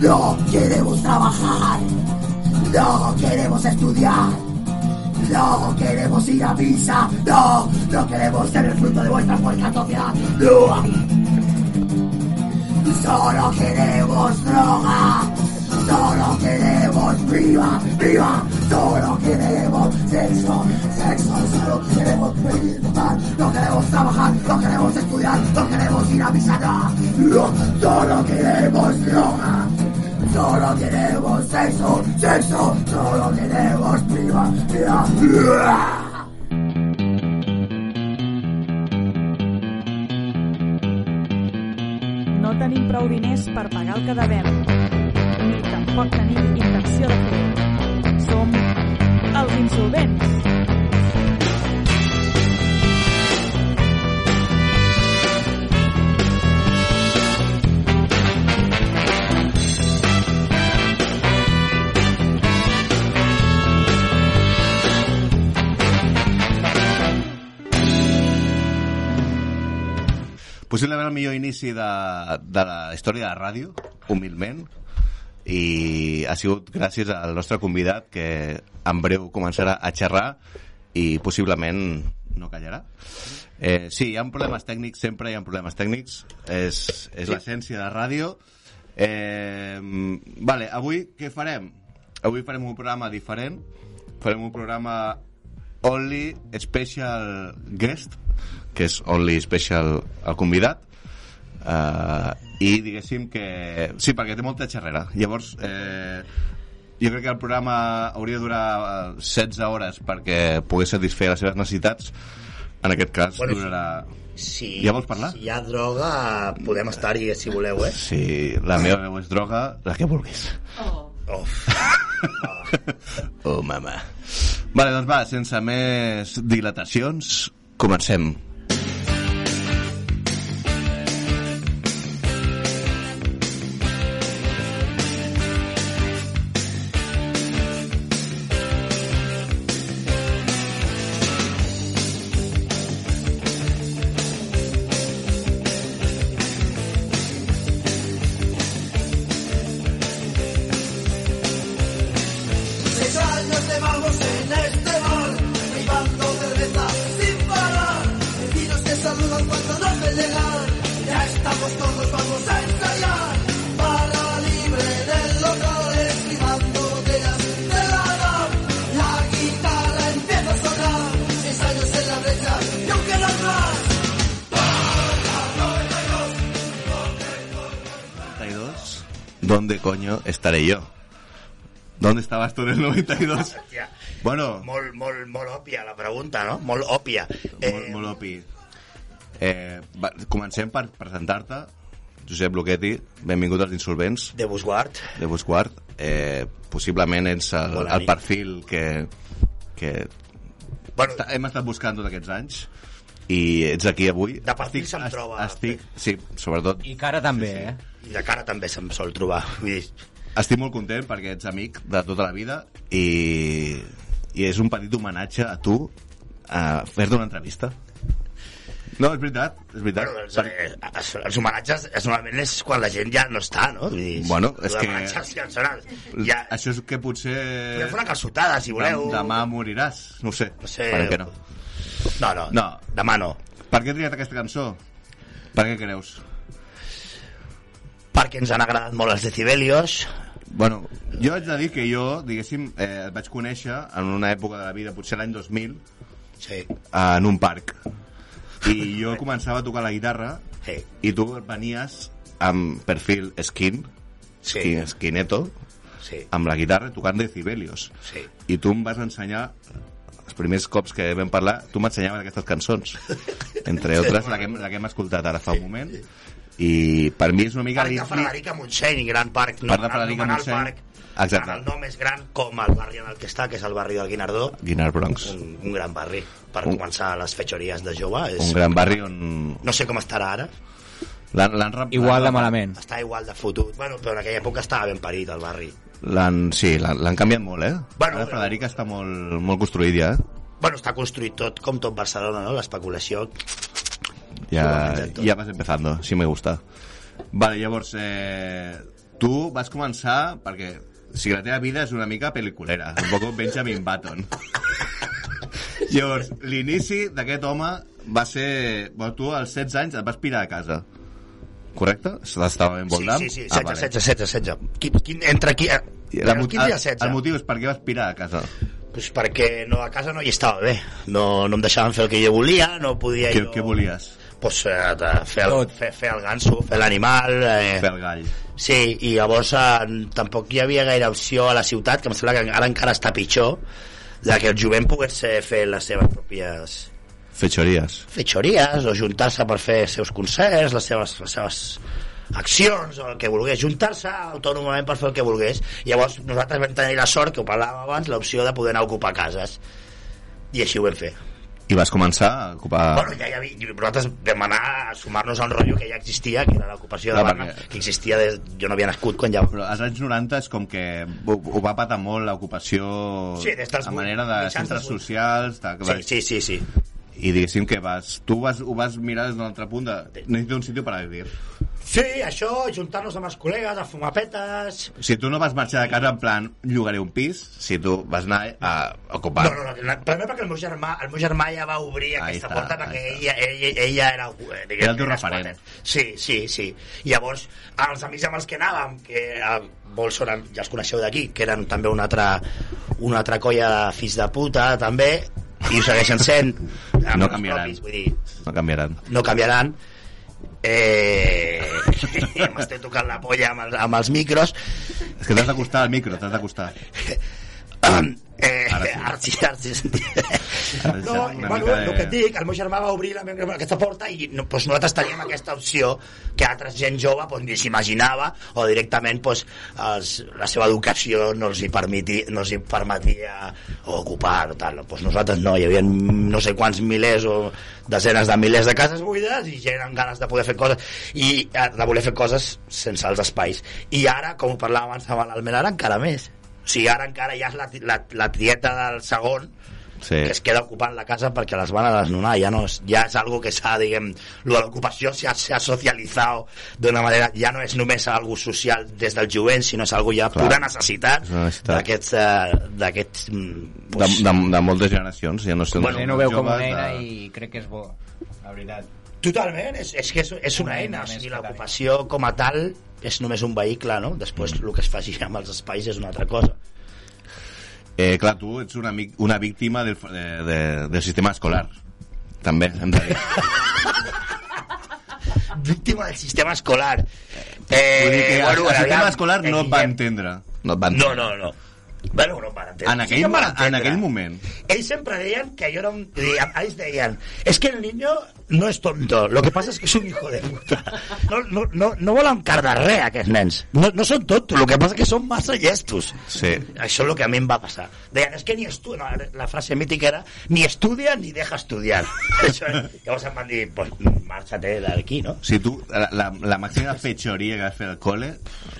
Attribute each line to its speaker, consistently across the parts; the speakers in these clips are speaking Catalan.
Speaker 1: No queremos trabajar. No queremos estudiar. No queremos ir a misa. No, no queremos ser el fruto de vuestra fuerza sociedad. No. Solo queremos droga. Solo queremos viva, viva. Solo queremos sexo, sexo. Solo queremos vivir total. No queremos trabajar, no queremos estudiar, no queremos ir a misa. No, no. Solo queremos droga. Solo queremos sexo, sexo. Solo queremos viva, viva. viva.
Speaker 2: No tenim prou diners per pagar el que devem, ni tampoc tenim intenció de fer. Som els insolvents.
Speaker 3: Possiblement el millor inici de, de la història de la ràdio, humilment, i ha sigut gràcies al nostre convidat que en breu començarà a xerrar i possiblement no callarà. Eh, sí, hi ha problemes tècnics, sempre hi ha problemes tècnics, és, és l'essència de la ràdio. Eh, vale, avui què farem? Avui farem un programa diferent, farem un programa Only Special Guest, que és Only Special el convidat, eh, i diguéssim que... Sí, perquè té molta xerrera. Llavors, eh, jo crec que el programa hauria de durar eh, 16 hores perquè pogués satisfer les seves necessitats. En aquest cas,
Speaker 1: Bueno, sí.
Speaker 3: bueno, durarà...
Speaker 1: Si,
Speaker 3: Ja vols parlar?
Speaker 1: Si hi ha droga, podem estar-hi, si voleu, eh?
Speaker 3: Si la meva veu és droga, la que vulguis.
Speaker 1: Uf.
Speaker 3: Oh, mama. Vale, doncs va, sense més dilatacions, comencem.
Speaker 4: Tres años llevamos en este bar, privando cerveza sin parar. Vecinos que saludan cuando nos ven llegar. Ya estamos todos, vamos a ensayar. Para libre del local, esquivando botellas de la edad. La guitarra empieza a sonar. Seis años en la brecha y aunque no más.
Speaker 3: 92. ¿Dónde coño estaré yo? ¿Dónde estabas tú en el 92?
Speaker 1: Hòstia,
Speaker 3: Bueno,
Speaker 1: molt, molt, molt òpia la pregunta, no? Molt òpia.
Speaker 3: molt, molt opi. Eh, va, comencem per presentar-te. Josep Bloquetti, benvingut als Insolvents
Speaker 1: de Busguard.
Speaker 3: de Busquart. Eh, possiblement ets el,
Speaker 1: Bona
Speaker 3: el
Speaker 1: nit.
Speaker 3: perfil que, que
Speaker 1: Bueno,
Speaker 3: Ta- hem estat buscant tots aquests anys i ets aquí avui.
Speaker 1: De perfil se'm
Speaker 3: est-
Speaker 1: troba.
Speaker 3: Estic, sí, sobretot.
Speaker 5: I cara també, eh?
Speaker 1: i de cara també se'm sol trobar. Vull dir,
Speaker 3: Estic molt content perquè ets amic de tota la vida i, i és un petit homenatge a tu a fer-te una entrevista. No, és veritat, és veritat.
Speaker 1: bueno, els, eh, els, els homenatges es, normalment és quan la gent ja no està, no? Vull dir,
Speaker 3: Bueno, és que-
Speaker 1: homenatges Ja, són, els- ja,
Speaker 3: Això és que potser...
Speaker 1: podem fer una calçotada, si voleu.
Speaker 3: dem- Demà moriràs, no ho sé.
Speaker 1: No sé.
Speaker 3: Per què no?
Speaker 1: No, no,
Speaker 3: No.
Speaker 1: demà no.
Speaker 3: Per què he triat aquesta cançó? Per què creus?
Speaker 1: Perquè ens han agradat molt els decibelios.
Speaker 3: Bueno, jo haig de dir que jo, diguéssim, eh, et vaig conèixer en una època de la vida, potser l'any 2000,
Speaker 1: Sí,
Speaker 3: en un parc. I jo començava a tocar la guitarra
Speaker 1: sí,
Speaker 3: i tu venies amb perfil skin,
Speaker 1: sí,
Speaker 3: skin skineto,
Speaker 1: sí,
Speaker 3: amb la guitarra tocant decibelios.
Speaker 1: sí.
Speaker 3: I tu em vas ensenyar els primers cops que vam parlar, tu m'ensenyaves aquestes cançons, entre altres la que, hem- la que hem escoltat ara fa un moment, i per mi és una mica
Speaker 1: Parc de
Speaker 3: l'intri-
Speaker 1: Frederica Montseny, gran parc.
Speaker 3: Parc de Frederica
Speaker 1: anomenar el
Speaker 3: Montseny.
Speaker 1: parc,
Speaker 3: Exacte.
Speaker 1: amb El nom és gran com el barri en el que està, que és el barri del Guinardó.
Speaker 3: Guinar Bronx,
Speaker 1: Un, un gran barri per
Speaker 3: Un-
Speaker 1: començar les fetxories de jove. És...
Speaker 3: un gran barri on
Speaker 1: No sé com estarà ara.
Speaker 3: l'han l'han rep-
Speaker 5: Igual de malament.
Speaker 1: Està igual de fotut. Bueno, però en aquella època estava ben parit el barri.
Speaker 3: L'han, sí, l'han l'han canviat molt, eh?
Speaker 1: Bueno,
Speaker 3: Ara Frederica està molt, molt construït ja, eh?
Speaker 1: Bueno, està construït tot, com tot Barcelona, no? L'especulació.
Speaker 3: Ja,
Speaker 1: Igualment, tot.
Speaker 3: ja vas empezando, si me gusta. Vale, llavors, eh, tu vas començar perquè... O sigui, la teva vida és una mica pel·liculera, un poc Benjamin Button. Llavors, l'inici d'aquest home va ser... Bueno, tu als 16 anys et vas pirar a casa. Correcte? Estava ben
Speaker 5: Sí,
Speaker 3: voldam?
Speaker 5: sí, sí, 16, 16, 16, 16. Qui- quin- entre qui... eh,
Speaker 3: Ah, La,
Speaker 5: entre el 15 i el 16.
Speaker 3: Ah, el motiu és per què vas pirar a casa.
Speaker 5: Pues perquè no, a casa no hi estava bé. No, no em deixaven fer el que jo volia, Eh, no podia
Speaker 3: Què,
Speaker 5: jo...
Speaker 3: què volies?
Speaker 5: Pues, eh, de fer, el,
Speaker 6: Tot.
Speaker 5: fer, fer el ganso, fer l'animal... Eh,
Speaker 3: Fer el gall.
Speaker 5: Sí, i llavors eh, tampoc hi havia gaire opció a la ciutat, que em sembla que ara encara està pitjor, de que el jovent pogués eh, fer les seves pròpies
Speaker 3: Fetxories.
Speaker 5: fetxories o juntar-se per fer els seus concerts, les seves, les seves accions o el que volgués, juntar-se autònomament per fer el que volgués. Llavors nosaltres vam tenir la sort, que ho parlàvem abans, l'opció de poder anar a ocupar cases. I així ho vam fer.
Speaker 3: I vas començar a ocupar...
Speaker 5: Bueno, ja hi havia, i nosaltres vam anar a sumar-nos a un rotllo que ja existia, que era l'ocupació de
Speaker 3: Ah,
Speaker 5: Barna,
Speaker 3: perquè-
Speaker 5: que existia des... Jo no havia nascut quan ja...
Speaker 3: Però als anys 90 és com que ho, ho va patar molt l'ocupació
Speaker 5: Sí, des dels
Speaker 3: a
Speaker 5: vuit-
Speaker 3: manera de
Speaker 5: mitjans
Speaker 3: centres
Speaker 5: dels vuit.
Speaker 3: socials de,
Speaker 5: Sí, sí, sí, sí.
Speaker 3: i diguéssim que vas, tu vas, ho vas mirar des d'un altre punt de necessito un sitio per a vivir
Speaker 5: Sí, això, juntar-nos amb els col·legues, a fumar petes...
Speaker 3: si tu no vas marxar de casa en plan llogaré un pis si tu vas anar a ocupar
Speaker 5: No, no, no, no, primer perquè el meu germà, el meu germà ja va obrir
Speaker 3: Ahí
Speaker 5: aquesta
Speaker 3: està,
Speaker 5: porta
Speaker 3: ahí
Speaker 5: perquè ella,
Speaker 3: està.
Speaker 5: ella, ella era... eh, diguem,
Speaker 3: Era el teu
Speaker 5: era
Speaker 3: referent.
Speaker 5: esquatet. Sí, sí, sí. Llavors, els amics amb els que anàvem, que a molts eren, ja els coneixeu d'aquí, que eren també una altra, una altra colla de fills de puta, també, i ho segueixen sent. amb
Speaker 3: No
Speaker 5: els
Speaker 3: canviaran.
Speaker 5: propis, vull dir,
Speaker 3: no canviaran
Speaker 5: no canviaran eh, m'estic tocant la polla amb els, amb els micros
Speaker 3: és que t'has d'acostar al micro t'has d'acostar
Speaker 5: eh,
Speaker 3: Ara sí.
Speaker 5: ara sí. ara sí,
Speaker 3: Ara sí,
Speaker 5: no,
Speaker 3: una
Speaker 5: bueno,
Speaker 3: mica de-
Speaker 5: el que et dic, el meu germà va obrir la meva, aquesta porta i no, doncs nosaltres teníem aquesta opció que altra gent jove doncs, ni s'imaginava o directament doncs, els, la seva educació no els hi, permiti, no els hi permetia ocupar o tal. Doncs nosaltres no, hi havia no sé quants milers o desenes de milers de cases buides i gent amb ganes de poder fer coses i eh, de voler fer coses sense els espais. I ara, com ho parlàvem abans amb l'Almenar, encara més. O sigui, ara encara ja és la, la, la tieta del segon
Speaker 3: sí.
Speaker 5: que es queda ocupant la casa perquè les van a desnonar, ja no és, ja és algo que s'ha, diguem, lo de l'ocupació se ha, se ha socialitzat d'una manera, ja no és només algo social des del jovent, sinó és algo ja
Speaker 3: Clar.
Speaker 5: pura necessitat
Speaker 3: És una necessitat.
Speaker 5: d'aquests eh, d'aquests mm,
Speaker 3: de,
Speaker 5: pues,
Speaker 3: de, de moltes generacions ja no sé
Speaker 6: Bueno, no ho veu com una eina i crec que és bo, la veritat.
Speaker 5: totalment, és, és que és, és una,
Speaker 6: Una eina
Speaker 5: eina, o
Speaker 6: més
Speaker 5: sigui,
Speaker 6: que tal.
Speaker 5: l'ocupació com a tal és només un vehicle, no? Després
Speaker 3: Mm.
Speaker 5: el que es faci amb els espais és una altra cosa.
Speaker 3: eh, clar, tu ets una, mic- una víctima del, de, de, del sistema escolar també hem de dir
Speaker 5: Víctima del sistema escolar.
Speaker 3: Vull dir que
Speaker 5: Eh,
Speaker 3: el- el sistema
Speaker 5: aviam,
Speaker 3: escolar no
Speaker 5: eh,
Speaker 3: et va
Speaker 5: Guillem.
Speaker 3: entendre. No et va
Speaker 5: No,
Speaker 3: entendre.
Speaker 5: no, no. Bueno, no em van entendre.
Speaker 3: En
Speaker 5: Sí
Speaker 3: aquell,
Speaker 5: que em van
Speaker 3: mo- en
Speaker 5: entendre.
Speaker 3: aquell moment.
Speaker 5: Ells sempre deien que jo era un... Deien, ells deien, es que el niño no és tonto, lo que pasa es que és un hijo de puta. No, no, no, no volen cardar res, aquests nens. No, no són tontos, lo que pasa que són massa llestos.
Speaker 3: Sí.
Speaker 5: Això és el que a mi em va passar. Deien, és que ni estu... No, la frase mítica era ni estudia ni deja estudiar. Això, llavors em van dir, pues, marxa-te d'aquí, no?
Speaker 3: Si tu, la, la, la màxima fetxoria que vas fer al col·le,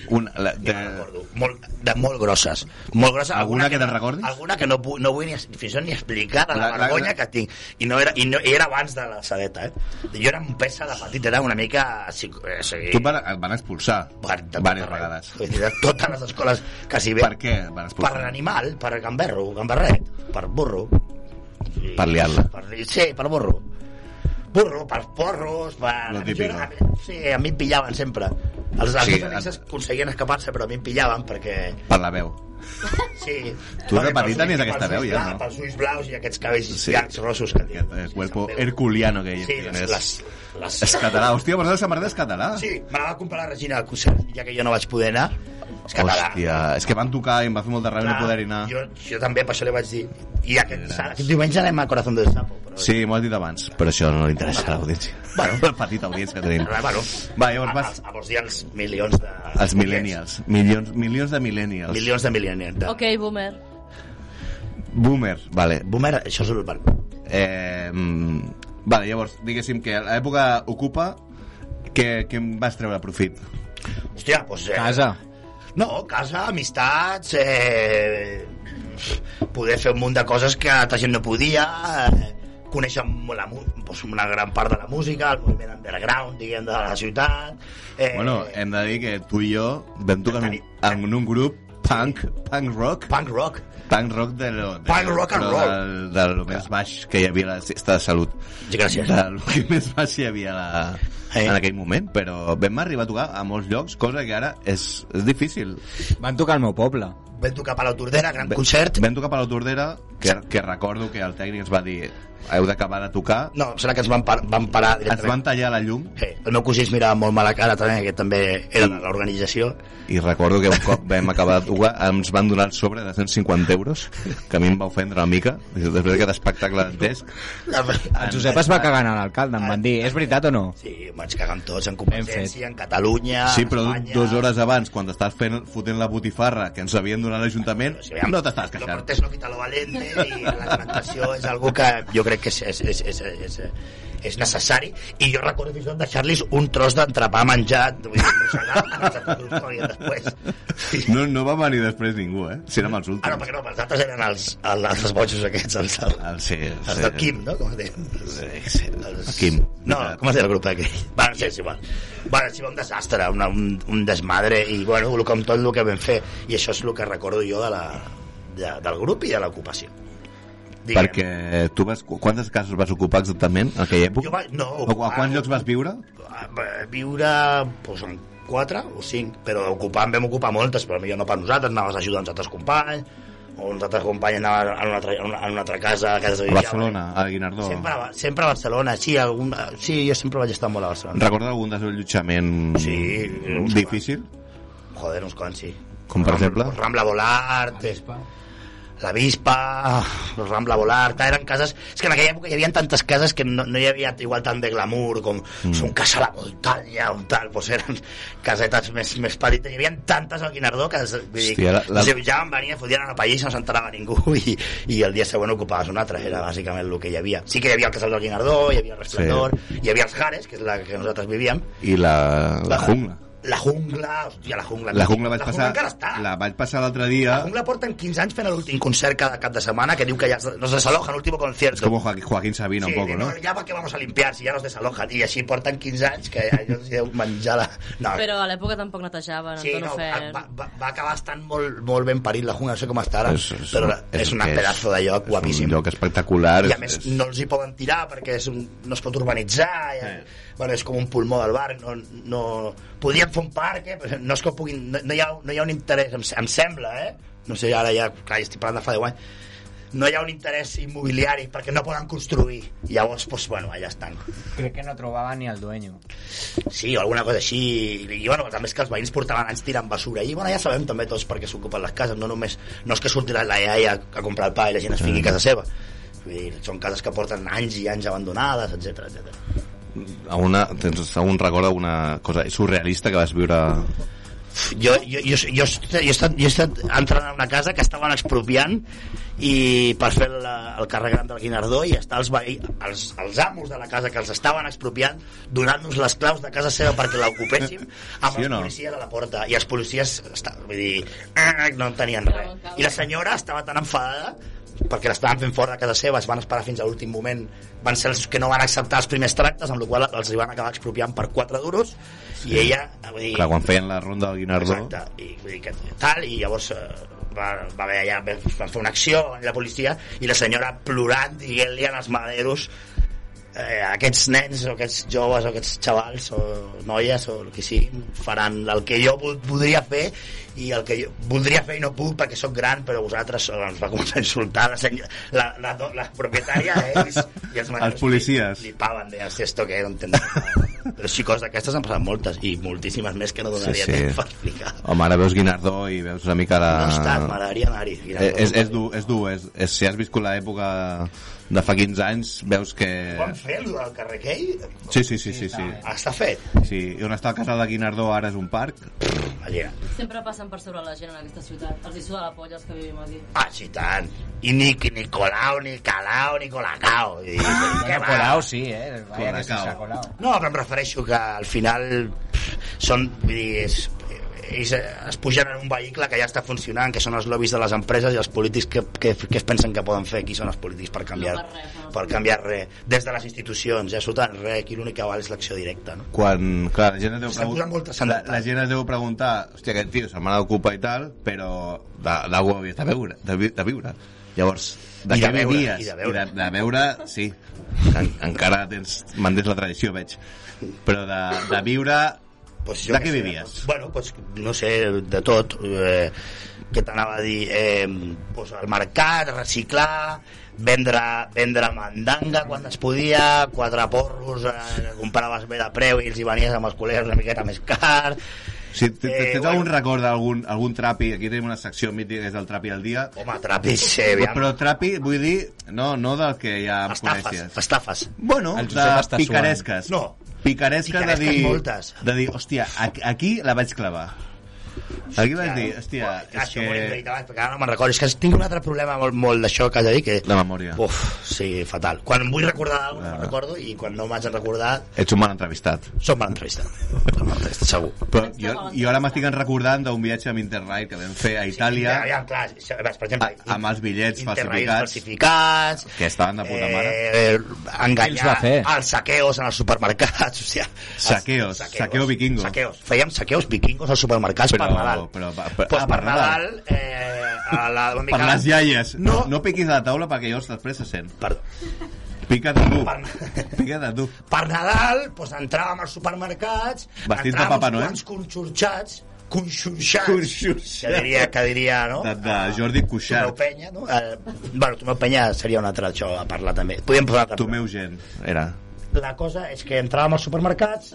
Speaker 3: una, la, de,
Speaker 5: Ja me'n recordo. Molt, de molt grosses. Molt grosses.
Speaker 3: Alguna que te'n recordis?
Speaker 5: Alguna que no, pu- no vull ni, fins i tot ni explicar de la,
Speaker 3: La- la-
Speaker 5: vergonya
Speaker 3: la-
Speaker 5: que tinc. I, no era, i, no, i era abans de la sadeta, eh? Jo era un pesa de petit, era una mica... psico- eh, O sigui,
Speaker 3: tu et van, et van expulsar
Speaker 5: per- de tot
Speaker 3: diverses
Speaker 5: arreu.
Speaker 3: vegades.
Speaker 5: Vull dir, De totes les escoles, quasi bé.
Speaker 3: Per què et van
Speaker 5: Per
Speaker 3: expulsar?
Speaker 5: animal, per gamberro, gamberret, per burro. I-
Speaker 3: Per liar-la.
Speaker 5: Per, sí, per burro. Burro, per porros, per...
Speaker 3: Lo típico.
Speaker 5: Jo era- Sí, a mi em pillaven sempre. Els, els
Speaker 3: Sí,
Speaker 5: meus amics
Speaker 3: a-
Speaker 5: aconseguien escapar-se, però a mi em pillaven perquè...
Speaker 3: Per la veu.
Speaker 5: Sí.
Speaker 3: Tu de petit
Speaker 5: Perquè pels
Speaker 3: tenies
Speaker 5: ulls-
Speaker 3: aquesta
Speaker 5: pels
Speaker 3: veu,
Speaker 5: ulls
Speaker 3: ja,
Speaker 5: bla-
Speaker 3: no?
Speaker 5: Pels ulls blaus i aquests cabells
Speaker 3: Sí.
Speaker 5: llargs rossos que diuen.
Speaker 3: Aquest eh, cuerpo herculiano que
Speaker 5: Sí, les,
Speaker 3: tienes.
Speaker 5: les, les...
Speaker 3: És català. Hòstia, Marcel Samarda és català.
Speaker 5: Sí, me la va comprar la Regina al concert, ja que jo no vaig poder anar. És català.
Speaker 3: Hòstia, és que van tocar i em va fer molta ràbia no
Speaker 5: Clar,
Speaker 3: poder-hi anar.
Speaker 5: Jo, jo també per això li vaig dir. I aquest, aquest diumenge anem a Corazón del Sapo. Però...
Speaker 3: Sí, m'ho has dit abans, però això no li interessa a l'audiència.
Speaker 5: Bueno.
Speaker 3: la petita audiència eh? que tenim.
Speaker 5: Però, bueno,
Speaker 3: Va, llavors vas...
Speaker 5: A, a, vols dir els milions de...
Speaker 3: Els millennials. Milions, milions de millennials.
Speaker 5: Milions de millennials. De...
Speaker 7: Ok, boomer.
Speaker 3: Boomer, vale.
Speaker 5: Boomer, això és urban.
Speaker 3: Eh, mm, vale, llavors, diguéssim que a l'època Ocupa, que, que em vas treure profit?
Speaker 5: Hòstia, doncs... Eh,
Speaker 6: Casa.
Speaker 5: No, casa, amistats, eh, poder fer un munt de coses que altra gent no podia, eh, coneixen molt la, mu- doncs, una gran part de la música, el moviment underground, diguem, de la ciutat... Eh,
Speaker 3: Bueno, hem de dir que tu i jo vam tocar en, un- en un grup punk, punk rock,
Speaker 5: Punk rock.
Speaker 3: punk rock de lo, de,
Speaker 5: Punk rock and
Speaker 3: però
Speaker 5: roll.
Speaker 3: del, del lo més baix que hi havia a la cesta de salut.
Speaker 5: Gràcies.
Speaker 3: Del que més baix hi havia a la,
Speaker 5: Eh.
Speaker 3: en aquell moment, però vam arribar a tocar a molts llocs, cosa que ara és, és difícil.
Speaker 7: Van tocar al meu poble.
Speaker 5: Vam tocar a la Tordera, gran
Speaker 3: Ve-
Speaker 5: concert.
Speaker 3: Vam tocar per la Tordera, que, que recordo que el tècnic ens va dir heu d'acabar de tocar,
Speaker 5: No, em sembla que ens van, par van parar
Speaker 3: ens
Speaker 5: directament.
Speaker 3: van tallar la llum
Speaker 5: Sí, el meu cosí es mirava molt mala cara també, que també era de l'organització.
Speaker 3: i recordo que un cop vam acabar de tocar ens van donar el sobre de 150 euros que a mi em va ofendre una mica després d'aquest espectacle dantesc
Speaker 7: El Josep es va cagant a l'alcalde, em van dir, és veritat o no?
Speaker 5: Sí, ens caguen tots en
Speaker 7: Ben
Speaker 5: Convergència,
Speaker 7: fet.
Speaker 5: en Catalunya,
Speaker 3: Sí, però
Speaker 5: en Ah, Espanya...
Speaker 3: dues hores abans, quan t'estàs fent, fotent la botifarra que ens havien donat l'Ajuntament,
Speaker 5: O sigui, aviam,
Speaker 3: no t'estàs
Speaker 5: Lo
Speaker 3: queixant.
Speaker 5: cortés no quita lo valente i l'alimentació és algo que jo crec que és, és, és, és, és, és necessari i jo recordo fins i tot deixar-los un tros d'entrepà menjat vull dir, mossegar, ens ha fotut una mica després Sí.
Speaker 3: No, no va venir després ningú, eh? Si érem els
Speaker 5: Ah, no,
Speaker 3: últims.
Speaker 5: perquè no, els altres eren els, els, els bojos aquests, els, els,
Speaker 3: El, Ah, sí,
Speaker 5: els del Quim, no? Com es deien?
Speaker 3: Sí,
Speaker 5: Els...
Speaker 3: Quim.
Speaker 5: No, com es deia el grup aquell? Bueno, sí, és igual. Bueno, sí, un desastre, una, un, un desmadre, i bueno, el- com tot el que vam fer. I això és el que recordo jo de la, de, del grup i de l'ocupació. Diguem.
Speaker 3: Perquè tu vas... Quantes cases vas ocupar exactament en aquella època?
Speaker 5: Jo vaig- no,
Speaker 3: O a quants llocs vas viure?
Speaker 5: Ah, va- Viure, doncs, en quatre o cinc, però ocupar, en vam ocupar moltes, però millor no per nosaltres, anaves a ajudar uns altres companys, o uns altres companys anaven a una altra, a una, a una altra casa, a casa
Speaker 3: A Barcelona, a Guinardó.
Speaker 5: Sempre, a Ba- sempre a Barcelona, sí, algun, sí, jo sempre vaig estar molt a Barcelona.
Speaker 3: Recorda algun desallotjament
Speaker 5: Sí, uns
Speaker 3: difícil?
Speaker 5: Joder, uns quants, sí. pues
Speaker 3: Com, per exemple?
Speaker 5: Rambla Volart, eh, la Vispa, Rambla Volart, clar, eren cases... És que en aquella època hi havia tantes cases que no, no hi havia igual tant de glamour com mm. són casa a la muntanya o tal, doncs eren casetes més, més petites. Hi havia tantes al Guinardó que es, vull dir,
Speaker 3: Hòstia, la- la-
Speaker 5: la... ja en venien, fotien a la paella i no s'entrava ningú i, i el dia següent ocupaves un altre, era bàsicament el que hi havia. Sí que hi havia el casal del Guinardó, hi havia el Resplendor, sí. hi havia els Jares, que és la que nosaltres vivíem,
Speaker 3: I la, la jungla.
Speaker 5: la jungla, hòstia, la jungla.
Speaker 3: La jungla vaig
Speaker 5: la
Speaker 3: passar...
Speaker 5: encara està.
Speaker 3: La
Speaker 5: La...
Speaker 3: vaig passar l'altre dia...
Speaker 5: jungla porten 15 anys fent l'últim concert cada cap de setmana que diu que ja es- nos desalojan l'último concierto.
Speaker 3: És com Joaquín- Joaquín Sabina un poco,
Speaker 5: diu,
Speaker 3: ¿no?
Speaker 5: Ja perquè vamos a limpiar, si ja nos desalojan. I així porten 15 anys que ja els deu menjar la... No,
Speaker 8: Però a l'època tampoc netejaven,
Speaker 5: sí,
Speaker 8: Antonio
Speaker 5: no,
Speaker 8: Fer.
Speaker 5: va, va, va acabar estant molt, molt ben parit la jungla, no sé com està ara,
Speaker 3: És- és-
Speaker 5: però la- és,
Speaker 3: és-
Speaker 5: una
Speaker 3: és-
Speaker 5: pedazo de lloc
Speaker 3: És
Speaker 5: guapíssim.
Speaker 3: un lloc espectacular.
Speaker 5: I a
Speaker 3: és-
Speaker 5: més
Speaker 3: és-
Speaker 5: no els hi poden tirar perquè és un, no es pot urbanitzar i, bueno, és com un pulmó del bar no, no, podrien fer un parc eh? però no, és que puguin, no, no, hi ha, no hi ha un interès em, se- em sembla eh? no sé, ara ja clar, ja estic parlant de fa 10 anys no hi ha un interès immobiliari perquè no poden construir i llavors, doncs, bueno, allà estan
Speaker 6: Crec que no trobava ni el dueño.
Speaker 5: sí, o alguna cosa així i bueno, també és que els veïns portaven anys tirant basura i bueno, ja sabem també tots perquè s'ocupen les cases no només, no és que sortirà la iaia a comprar el pa i la gent es fiqui a casa seva Vull dir, són cases que porten anys i anys abandonades, etc etc.
Speaker 3: a una, tens algun record d'una cosa surrealista que vas viure
Speaker 5: jo, jo, jo, jo, jo, he estat, jo he estat entrant a una casa que estaven expropiant i per fer la, el carrer gran del Guinardó i estar els, veí, els, els amos de la casa que els estaven expropiant donant-nos les claus de casa seva perquè l'ocupéssim amb
Speaker 3: Sí o
Speaker 5: sí els
Speaker 3: no?
Speaker 5: policies a la porta i els policies esta- vull dir, ah, no en tenien res i la senyora estava tan enfadada perquè l'estaven fent fora de casa seva, es van esperar fins a l'últim moment, van ser els que no van acceptar els primers tractes, amb la qual cosa els hi van acabar expropiant per 4 duros, sí. i ella... Vull dir,
Speaker 3: clar, quan feien la ronda del Guinardó
Speaker 5: Exacte, i, vull dir que tal, i llavors eh, va, va haver allà, van fer una acció en la policia i la senyora plorant dient-li als maderos eh, aquests nens o aquests joves o aquests xavals o noies o el que siguin faran el que jo vol- voldria fer i el que jo voldria fer i no puc perquè sóc gran però vosaltres eh, ens va començar a insultar la, senyor, la, la, do- la propietària eh, i, els- i els, maderos
Speaker 3: policies.
Speaker 5: li, li paven de si esto que no entenc però sí, coses d'aquestes han passat moltes i moltíssimes més que no
Speaker 3: Sí, sí.
Speaker 5: donaria sí, sí. temps per explicar
Speaker 3: home, ara veus Guinardó i veus una mica la...
Speaker 5: no està, m'agradaria anar-hi.
Speaker 3: Eh, és, és dur, és dur és, és, si has viscut l'època de fa 15 anys veus que
Speaker 5: Van fer el del carrer aquell?
Speaker 3: sí, sí, sí, sí, sí.
Speaker 5: Està fet.
Speaker 3: sí. I on està el casal de Guinardó ara és un parc
Speaker 5: Allà.
Speaker 8: Sempre passen per sobre la gent en aquesta ciutat. Els hi suda la polla els que vivim aquí.
Speaker 5: Ah, sí, tant. I ni, ni Colau, ni Calau, ni Colacao. I, què
Speaker 6: Bueno,
Speaker 5: va?
Speaker 6: Colau sí, eh? Vaya que sí
Speaker 3: Colacao.
Speaker 6: s'ha colau.
Speaker 5: No, però em refereixo que al final pff, són, vull dir, és, ells eh, es pugen en un vehicle que ja està funcionant, que són els lobbies de les empreses i els polítics que, que, que es pensen que poden fer, qui són els polítics per canviar,
Speaker 8: No per res, no.
Speaker 5: per canviar res. Des de les institucions, ja sota res, aquí l'únic que val és l'acció directa, no?
Speaker 3: quan, clar, la gent es deu
Speaker 5: S'ha posat
Speaker 3: preguntar...
Speaker 5: molta
Speaker 3: La,
Speaker 5: sandat.
Speaker 3: la gent es deu preguntar, hòstia, aquest tio se'n va d'ocupar i tal, però de- d'algú havia de viure, de, vi- de viure. Llavors, de
Speaker 5: I de
Speaker 3: què
Speaker 5: veure,
Speaker 3: vivies?
Speaker 5: i de veure.
Speaker 3: I de, de veure, sí. En, encara tens, mantens la tradició, veig. Però de, de viure...
Speaker 5: Pues
Speaker 3: De
Speaker 5: què
Speaker 3: què
Speaker 5: sé,
Speaker 3: vivies?
Speaker 5: doncs, bueno, pues, no sé, de tot. Eh, què t'anava a dir? Eh, pues, el mercat, reciclar, vendre, vendre mandanga quan es podia, quatre porros, eh, compraves bé de preu i els hi venies amb els col·legues una miqueta més car.
Speaker 3: Si t- t-
Speaker 5: Eh,
Speaker 3: tens
Speaker 5: bueno.
Speaker 3: algun record d'algun algun trapi, aquí tenim una secció mítica que és del trapi al dia,
Speaker 5: Home, trapis, eh, aviam.
Speaker 3: però trapi, vull dir, no, no del que ja em
Speaker 5: estafes,
Speaker 3: coneixies.
Speaker 5: estafes.
Speaker 3: Bueno,
Speaker 7: El Josep
Speaker 3: de
Speaker 7: està
Speaker 3: picaresques.
Speaker 5: No.
Speaker 3: Picaresques de
Speaker 5: Picaresques
Speaker 3: dir...
Speaker 5: moltes.
Speaker 3: De dir, hòstia, a- aquí la vaig clavar. Aquí vaig dir, hòstia,
Speaker 5: és
Speaker 3: és
Speaker 5: que... Ho hem dit
Speaker 3: que...
Speaker 5: abans, perquè ara no me'n recordo. És que tinc un altre problema molt, molt d'això que has de dir, que...
Speaker 3: La memòria.
Speaker 5: Uf, sí, fatal. Quan em vull recordar alguna cosa, no recordo, i quan no m'haig de recordar,
Speaker 3: Ets un mal entrevistat.
Speaker 5: som mal entrevista. Som mal entrevista, segur.
Speaker 3: Però jo, jo ara m'estic recordant d'un viatge amb Interrail que vam fer a Itàlia,
Speaker 5: Ja, ja, clar, això, veus, per exemple,
Speaker 3: A- amb els bitllets
Speaker 5: Interrail
Speaker 3: falsificats.
Speaker 5: falsificats
Speaker 3: que estaven de puta mare.
Speaker 5: eh,
Speaker 7: Qui
Speaker 5: enganyar
Speaker 7: els va fer?
Speaker 5: els saqueos en els supermercats o sigui, els-
Speaker 3: Saqueos, saqueo vikingo.
Speaker 5: saqueos. fèiem saqueos vikingos als supermercats
Speaker 3: Però-
Speaker 5: per Nadal
Speaker 3: però- per-
Speaker 5: Pues
Speaker 3: ah,
Speaker 5: per
Speaker 3: per Nadal.
Speaker 5: Nadal eh, a la, una mica-
Speaker 3: Per les iaies. No,
Speaker 5: No.
Speaker 3: no piquis a la taula perquè llavors després se sent.
Speaker 5: Perdó.
Speaker 3: Pica't a tu.
Speaker 5: Per-
Speaker 3: Pica't a tu.
Speaker 5: per Nadal doncs, entràvem als supermercats
Speaker 3: Vestits de
Speaker 5: entràvem
Speaker 3: Papa
Speaker 5: uns
Speaker 3: Noel?
Speaker 5: quants conxorxats conxorxats
Speaker 3: Conxorxats.
Speaker 5: que diria, que diria no?
Speaker 3: De- de Jordi Cuixart.
Speaker 5: Tomeu Penya no? eh, bueno, Tomeu Penya seria un altre això a parlar també podríem posar un altre
Speaker 3: Tu meu gent. Era.
Speaker 5: la cosa és que entràvem als supermercats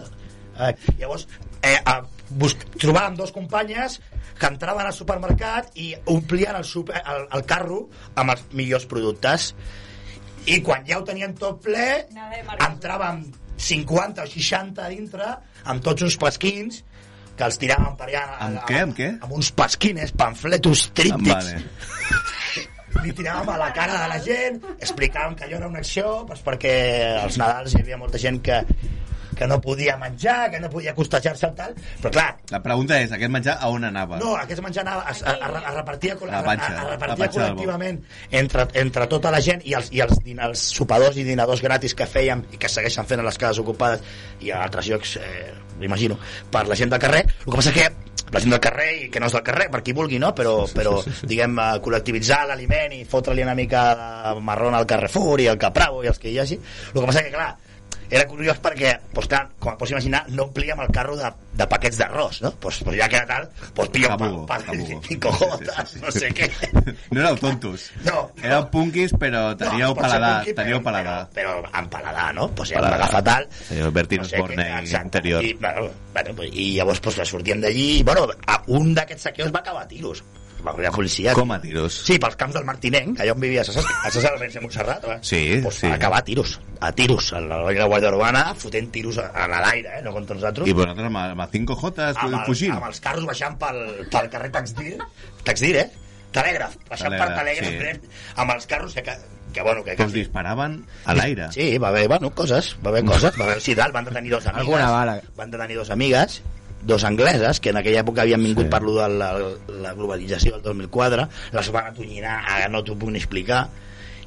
Speaker 5: eh, llavors eh, a, bus trobàvem dos companyes que entraven al supermercat i omplien el, super, el, el carro amb els millors productes i quan ja ho tenien tot ple
Speaker 2: Anava a
Speaker 5: entràvem 50 o 60 a dintre amb tots uns pasquins que els tiraven per allà
Speaker 3: Amb què, amb què? Ah,
Speaker 5: amb uns pasquines, pamfletos tríptics
Speaker 3: Vale.
Speaker 5: li tiràvem a la cara de la gent, explicàvem que allò era una acció doncs, perquè als Nadals hi havia molta gent que, que no podia menjar, que no podia costejar-se i tal, però clar,
Speaker 3: La pregunta és, aquest menjar a on anava?
Speaker 5: no, aquest menjar anava, es, a, a, a repartia, col-
Speaker 3: La
Speaker 5: a, a,
Speaker 3: panxa,
Speaker 5: a
Speaker 3: la
Speaker 5: repartia
Speaker 3: panxa del bo.
Speaker 5: col·lectivament entre, entre tota la gent i els, i els, din, els sopadors i dinadors gratis que fèiem i que segueixen fent a les cases ocupades i a altres llocs, eh, m'imagino, per la gent del carrer. El que passa que la gent del carrer i que no és del carrer, per qui vulgui, no? Però, però diguem, eh, col·lectivitzar l'aliment i fotre-li una mica de marrón al Carrefour i al Capravo i els que hi hagi. El que passa que, clar, era curiós perquè, doncs clar, com et pots imaginar, no omplíem el carro de, de paquets d'arròs, no? Doncs pues, ja que era tal, doncs pillo pa,
Speaker 3: Tabugo,
Speaker 5: pa,
Speaker 3: tabugo.
Speaker 5: cinco gotas, no sé què.
Speaker 3: No éreu tontos.
Speaker 5: No.
Speaker 3: Éreu punquis, però teníeu
Speaker 5: pot ser
Speaker 3: paladar.
Speaker 5: punky,
Speaker 3: teníeu
Speaker 5: però-
Speaker 3: paladar.
Speaker 5: Però, però amb paladar, no? Pues ja em va
Speaker 3: Paladar.
Speaker 5: agafar tal.
Speaker 3: Senyor Bertín Osborne
Speaker 5: què, exacte.
Speaker 3: interior.
Speaker 5: I, bueno, bueno, pues, i llavors pues, la sortíem d'allí i bueno, a un d'aquests saqueos va acabar a tiros. Va arribar la policia.
Speaker 3: Com a tiros?
Speaker 5: Sí, pels camps del Martinenc, allà on vivia a Sassas, a Sassas Albense Montserrat, eh?
Speaker 3: Sí,
Speaker 5: pues
Speaker 3: sí.
Speaker 5: va acabar a tiros, a tiros, a la, a la Guàrdia Urbana, fotent tiros a, a l'aire, eh? no contra nosaltres
Speaker 3: I vosaltres amb, amb els 5 jotes
Speaker 5: amb, el,
Speaker 3: fugint.
Speaker 5: amb els carros baixant pel, pel carrer Taxdir, Taxdir, eh? Telègraf, baixant
Speaker 3: Telègraf,
Speaker 5: per telègraf,
Speaker 3: sí.
Speaker 5: sí. amb els carros que, ca- que bueno, que...
Speaker 3: Que us disparaven a l'aire.
Speaker 5: Sí, va haver, bueno, coses, va haver coses, va haver, sí, tal, van detenir dos amigues,
Speaker 7: Alguna bala.
Speaker 5: van detenir dos amigues, dos angleses, que en aquella època havien
Speaker 3: Sí.
Speaker 5: vingut sí. per lo de la, la globalització del 2004, les van atonyinar, ara no t'ho puc ni explicar,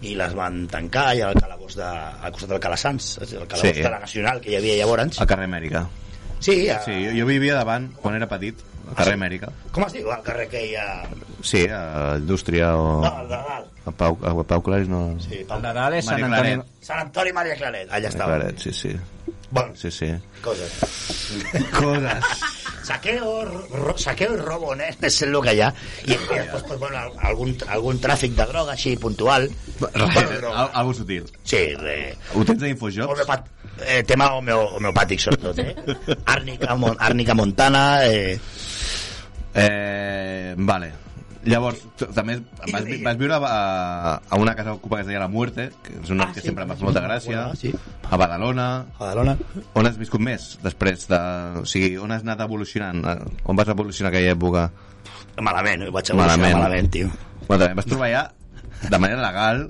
Speaker 5: i les van tancar i al calabós de, al costat del Calassans, el calabós
Speaker 3: Sí.
Speaker 5: sí. de la Nacional que hi havia llavors.
Speaker 3: Al carrer Amèrica.
Speaker 5: Sí, a,
Speaker 3: Sí, jo, jo vivia davant, quan era petit, al carrer Amèrica.
Speaker 5: com es diu el carrer que hi ha...
Speaker 3: Sí, a Indústria o...
Speaker 5: No, el de dalt.
Speaker 3: A Pau, a Pau Claris no...
Speaker 5: Sí,
Speaker 7: El
Speaker 5: Pau.
Speaker 7: Nadal és Sant
Speaker 3: Maria
Speaker 7: Antoni...
Speaker 3: Claret.
Speaker 5: Sant Antoni Maria Claret, allà estava.
Speaker 3: Claret, sí, sí.
Speaker 5: Bueno,
Speaker 3: Sí, sí.
Speaker 5: coses.
Speaker 3: Coses.
Speaker 5: Saqueo, ro, saqueo i robo, nen, és el que hi ha. I, i després, pues, bueno, algun, algun tràfic de droga així puntual. Bueno,
Speaker 3: Res,
Speaker 5: droga.
Speaker 3: al- algo sutil.
Speaker 5: Sí, de...
Speaker 3: Ho tens a Infojocs?
Speaker 5: Homeopat, eh, tema homeo, homeopàtic, sobretot, eh? Àrnica, mon, àrnica montana... Eh,
Speaker 3: Eh, vale. Llavors, tu, també vas, vi- vas viure a, a una casa ocupa que es deia La Muerte, que és un nom
Speaker 5: Ah,
Speaker 3: que
Speaker 5: sí,
Speaker 3: sempre em va fer
Speaker 5: sí,
Speaker 3: molta
Speaker 5: sí,
Speaker 3: gràcia,
Speaker 5: Badalona, sí.
Speaker 3: a Badalona...
Speaker 5: Badalona.
Speaker 3: On has viscut més després de... O sigui, on has anat evolucionant? Eh, On vas evolucionar aquella època?
Speaker 5: Malament, ho vaig evolucionar malament, malament tio.
Speaker 3: Bueno, també vas trobar ja, de manera legal,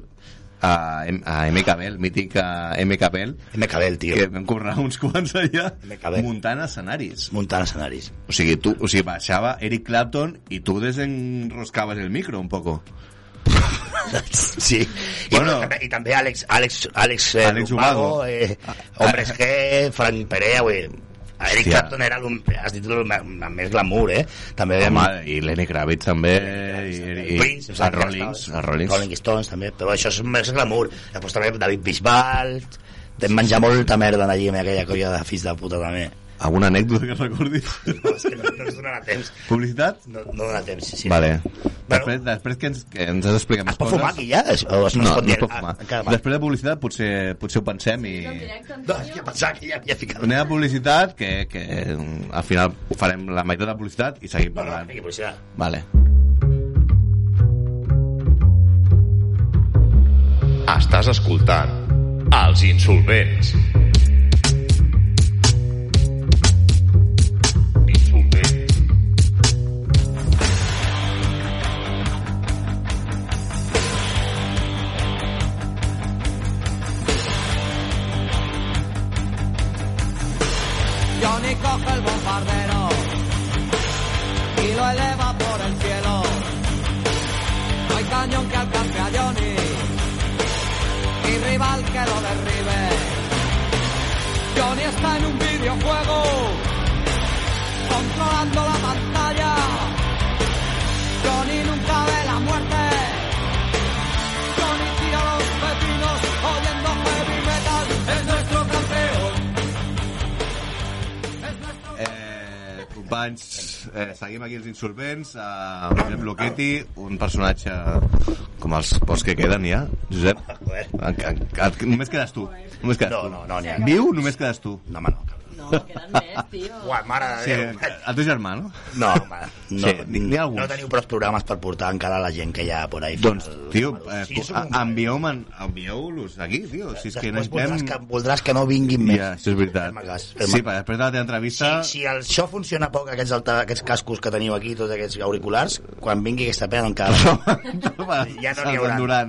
Speaker 3: a, M- a MKB, el mític eh, MKB,
Speaker 5: MKB, tio.
Speaker 3: que vam cobrar uns quants allà
Speaker 5: MKB.
Speaker 3: muntant escenaris.
Speaker 5: Muntant escenaris.
Speaker 3: O sigui, tu, o sigui, baixava Eric Clapton i tu desenroscaves el micro un poco.
Speaker 5: Sí. I,
Speaker 3: Bueno.
Speaker 5: bueno, i també Àlex, Àlex, Àlex, eh,
Speaker 3: Àlex Ubago.
Speaker 5: eh, Hombres G, Frank Perea, ui, Eric
Speaker 3: Hòstia.
Speaker 5: Clapton era l'un, has dit el ma- amb més glamour, eh? També vam...
Speaker 3: Home, i Lenny Kravitz també, i, i,
Speaker 5: Prince,
Speaker 3: els
Speaker 5: em sembla que
Speaker 3: Rollings,
Speaker 5: estava-
Speaker 3: els Rollings.
Speaker 5: Rolling Stones, també, però això és més glamour. Després també David Bisbal, vam menjar molta merda allí amb aquella colla de fills de puta, també.
Speaker 3: Alguna anècdota que recordis?
Speaker 5: No, és que no, no ens donarà temps.
Speaker 3: Publicitat?
Speaker 5: No, no dona temps, sí, sí.
Speaker 3: Vale.
Speaker 5: Bueno,
Speaker 3: Després, després que ens, que ens has explicat
Speaker 5: es
Speaker 3: més
Speaker 5: pot fumar
Speaker 3: coses...
Speaker 5: aquí ja? Es, o es, no,
Speaker 3: No,
Speaker 5: es pot
Speaker 3: no
Speaker 5: dir?
Speaker 3: es pot
Speaker 5: Ah,
Speaker 3: fumar.
Speaker 5: encara va.
Speaker 3: Després de publicitat potser, potser ho pensem i...
Speaker 8: En directe,
Speaker 5: No, és
Speaker 8: Antonio?
Speaker 5: que pensava que ja havia ficat...
Speaker 3: Anem a publicitat, que, que mm, al final farem la meitat de publicitat i seguim
Speaker 5: No, no,
Speaker 3: parlant.
Speaker 5: vinga, publicitat.
Speaker 3: Vale.
Speaker 9: Estàs escoltant Els Insolvents. Insolvents.
Speaker 10: Johnny coge el bombardero y lo eleva por el cielo. No hay cañón que alcance a Johnny y rival que lo derribe. Johnny está en un videojuego controlando la pantalla. Johnny nunca ve la muerte. Johnny tira los pepinos oyendo heavy metal. Es nuestro campeón.
Speaker 3: Eh, companys, eh, seguim aquí els insolvents a Josep Loquetti, un personatge com els pocs que queden ja, Josep.
Speaker 5: Joder.
Speaker 3: En, en, en, només quedes tu. Només quedes
Speaker 5: No,
Speaker 3: tu.
Speaker 5: no, no, n'hi ha.
Speaker 3: Viu, només quedes tu.
Speaker 5: No, home, no, cabrón.
Speaker 8: No, queden més, tio.
Speaker 5: Ua, mare de
Speaker 3: Sí,
Speaker 5: Déu.
Speaker 3: el teu germà, no?
Speaker 5: No, home, no,
Speaker 3: Sí, n'hi- n'hi ha alguns.
Speaker 5: no teniu prou programes per portar encara la gent que hi ha por ahí.
Speaker 3: Doncs,
Speaker 5: Al-
Speaker 3: tio,
Speaker 5: al-
Speaker 3: eh,
Speaker 5: Sí,
Speaker 3: sí,
Speaker 5: som un-
Speaker 3: envieu-me- envieu-los envieu aquí, tio. Si és que
Speaker 5: Després voldràs, que,
Speaker 3: necessitem...
Speaker 5: voldràs que no vinguin més.
Speaker 3: Ja, això és veritat.
Speaker 5: Fem-me cas, fem-me
Speaker 3: Sí, perquè després de la teva entrevista...
Speaker 5: Si, si el, això funciona poc, aquests, alta, aquests cascos que teniu aquí, tots aquests auriculars, quan vingui aquesta pena encara... Ja no n'hi haurà.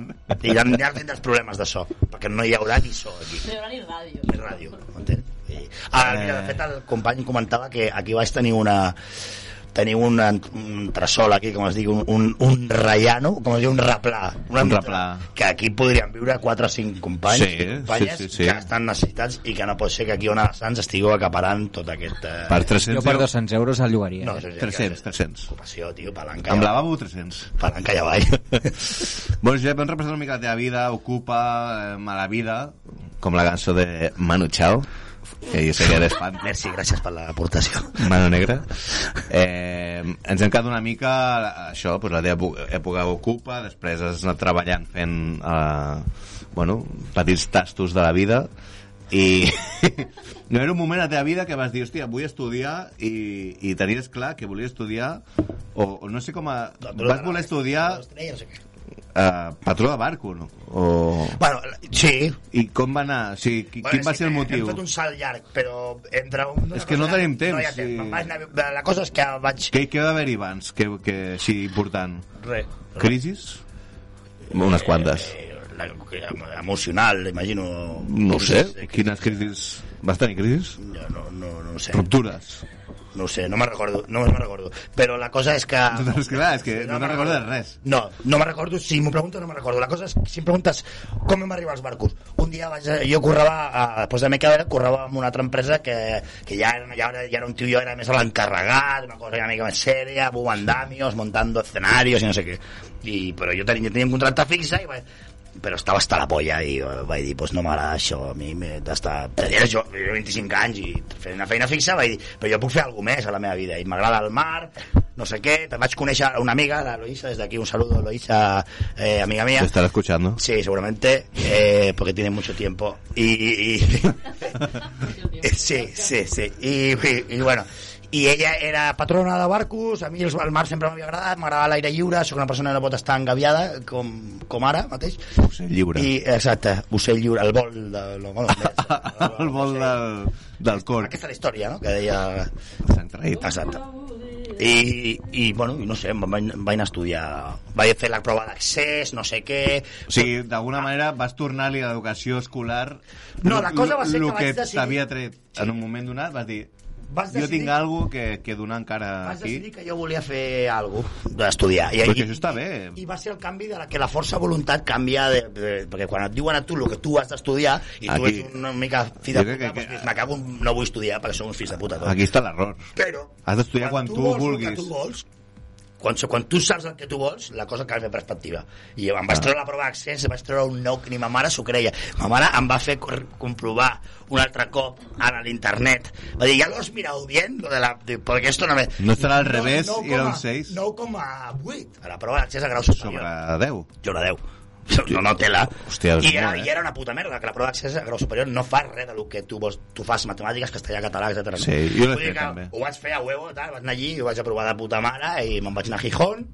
Speaker 5: I ja, ja tindràs problemes de so, perquè no hi haurà ni so aquí.
Speaker 8: No hi haurà ni ràdio.
Speaker 5: És ràdio, m'entens? I- Ah, mira, de fet, el company comentava que aquí baix teniu una teniu un, ent- un tresol aquí, com es diu, un, un, un rellano, com es diu, un replà. Una
Speaker 3: Un
Speaker 5: mica-
Speaker 3: replà.
Speaker 5: Que aquí podrien viure 4 o 5 companys,
Speaker 3: Sí,
Speaker 5: companyes,
Speaker 3: sí, sí, sí.
Speaker 5: que estan necessitats i que no pot ser que aquí on a Sants estigueu acaparant tot aquest... Eh...
Speaker 3: Per
Speaker 7: Jo
Speaker 3: 300
Speaker 7: per
Speaker 3: euros...
Speaker 7: 200 euros el llogaria. eh.
Speaker 5: No,
Speaker 7: No,
Speaker 5: això és-
Speaker 3: 300, 300.
Speaker 5: Ocupació, tio, palanca.
Speaker 3: Amb
Speaker 5: allà-
Speaker 3: lavabo 300.
Speaker 5: Palanca allà avall.
Speaker 3: Bueno, Josep, hem repassat una mica la teva vida, ocupa, eh, mala vida, com la cançó de Manu Chao, que jo sé que eres fan.
Speaker 5: Merci, gràcies per l'aportació.
Speaker 3: Mano Negra. Eh, ens hem quedat una mica eh, això, pues, la teva èpo- època ocupa, després has anat treballant fent eh, bueno, petits tastos de la vida i no era un moment a la teva vida que vas dir, hòstia, vull estudiar i, i tenies clar que volies estudiar o, o no sé com a... Vas voler estudiar eh, patró de barco, no? O...
Speaker 5: Bueno, sí,
Speaker 3: I com va anar? O sigui, qui, quin va
Speaker 5: sí,
Speaker 3: ser el
Speaker 5: hem-
Speaker 3: motiu?
Speaker 5: Hem fet un salt llarg, però entre... Un,
Speaker 3: És que no tenim temps,
Speaker 5: No hi ha temps.
Speaker 3: sí.
Speaker 5: Me'n Vaig anar, la cosa és que vaig...
Speaker 3: Què, què va haver-hi abans? Que, que, així important.
Speaker 5: Re,
Speaker 3: Crisis? Unes quantes.
Speaker 5: eh, la, emocional, imagino.
Speaker 3: No ho sé, quines crisis... Vas tenir crisis?
Speaker 5: Jo no, no, no ho sé,
Speaker 3: Ruptures.
Speaker 5: no ho sé, no me'n recordo, no me'n recordo. Però la cosa és que...
Speaker 3: No, és clar, és que no
Speaker 5: me'n
Speaker 3: te'n recordes res.
Speaker 5: No, no me'n recordo, si m'ho pregunto no me'n recordo. La cosa és que si em preguntes com vam arribar als barcos, un dia vaig, eh, jo currava, a, després de Mecadera, currava en una altra empresa que, que ja, era, ja, era, ja era un tio, jo era més l'encarregat, una cosa una mica més sèria, bubandamios, montando escenarios i no sé què. I, però jo tenia, tenia un contracte fixe i vaig, però estava hasta la polla i eh, vaig dir, pues no m'agrada això, a mi m'he d'estar... Era jo, jo 25 anys i fent una feina fixa vaig dir, però jo puc fer alguna més a la meva vida i m'agrada el mar, no sé què, te vaig conèixer una amiga, la Loisa, des d'aquí un saludo, Loisa, eh, amiga mía.
Speaker 3: Te estarà escuchant, no?
Speaker 5: Sí, seguramente, eh, porque tiene mucho tiempo. Y, y- y- sí, sí, sí. Y, y- y bueno, y ella era patrona de barcos, a mi els- el mar sempre m'havia agradat, m'agradava l'aire lliure, sóc una persona que no pot estar engaviada, com, com ara mateix.
Speaker 3: Ocell lliure.
Speaker 5: I, exacte, ocell lliure, el vol de... Lo, bueno,
Speaker 3: El vol del, del cor.
Speaker 5: Aquesta és la història, no?, que deia...
Speaker 3: S'han traït.
Speaker 5: Exacte. I, i bueno, i no sé, em van, em van estudiar... Vaig fer la prova d'accés, no sé què...
Speaker 3: O sigui, d'alguna manera vas tornar-li a l'educació escolar
Speaker 5: No, la cosa va ser
Speaker 3: lo
Speaker 5: que vaig
Speaker 3: que
Speaker 5: decidir-
Speaker 3: t'havia tret en un moment donat, vas dir
Speaker 5: Vas
Speaker 3: jo
Speaker 5: decidir-
Speaker 3: tinc alguna que, que donar encara
Speaker 5: Vaig
Speaker 3: aquí.
Speaker 5: decidir que jo volia fer alguna cosa d'estudiar. I,
Speaker 3: Perquè
Speaker 5: i,
Speaker 3: això està bé.
Speaker 5: I va ser el canvi de la que la força voluntat canvia de, de, perquè quan et diuen a tu el que tu has d'estudiar i tu
Speaker 3: Aquí-
Speaker 5: ets una mica fill
Speaker 3: Jo
Speaker 5: de
Speaker 3: crec
Speaker 5: puta,
Speaker 3: que-
Speaker 5: doncs, dius, me cago, en- no vull estudiar perquè som uns fills de puta tots.
Speaker 3: Aquí està l'error.
Speaker 5: Però
Speaker 3: Has d'estudiar quan, tu,
Speaker 5: vols el
Speaker 3: vulguis.
Speaker 5: Que tu vols, quan, quan tu saps el que tu vols, la cosa canvia de perspectiva. I em
Speaker 3: Ah.
Speaker 5: vaig treure la prova d'accés, em vaig treure un nou, que ni ma mare s'ho creia. Ma mare em va fer cor- comprovar un altre cop ara a l'internet. Va dir, ja l'has mirado bien, lo de la... de- Porque esto no me...
Speaker 3: No estarà al revés, era un 6.
Speaker 5: 9,8 a la prova d'accés a grau superior.
Speaker 3: Sobre 10.
Speaker 5: Jo la 10. No, no té la...
Speaker 3: Hòstia, és
Speaker 5: I era,
Speaker 3: molt, eh?
Speaker 5: I era una puta merda, que la prova d'accés a grau superior no fa res del que tu vols. Tu fas matemàtiques, castellà, català, etc.
Speaker 3: Sí, jo l'he
Speaker 5: Vull dir
Speaker 3: fet,
Speaker 5: que
Speaker 3: també.
Speaker 5: Ho vaig fer a huevo, tal, vaig anar allí, ho vaig aprovar de puta mare i me'n vaig anar a Gijón.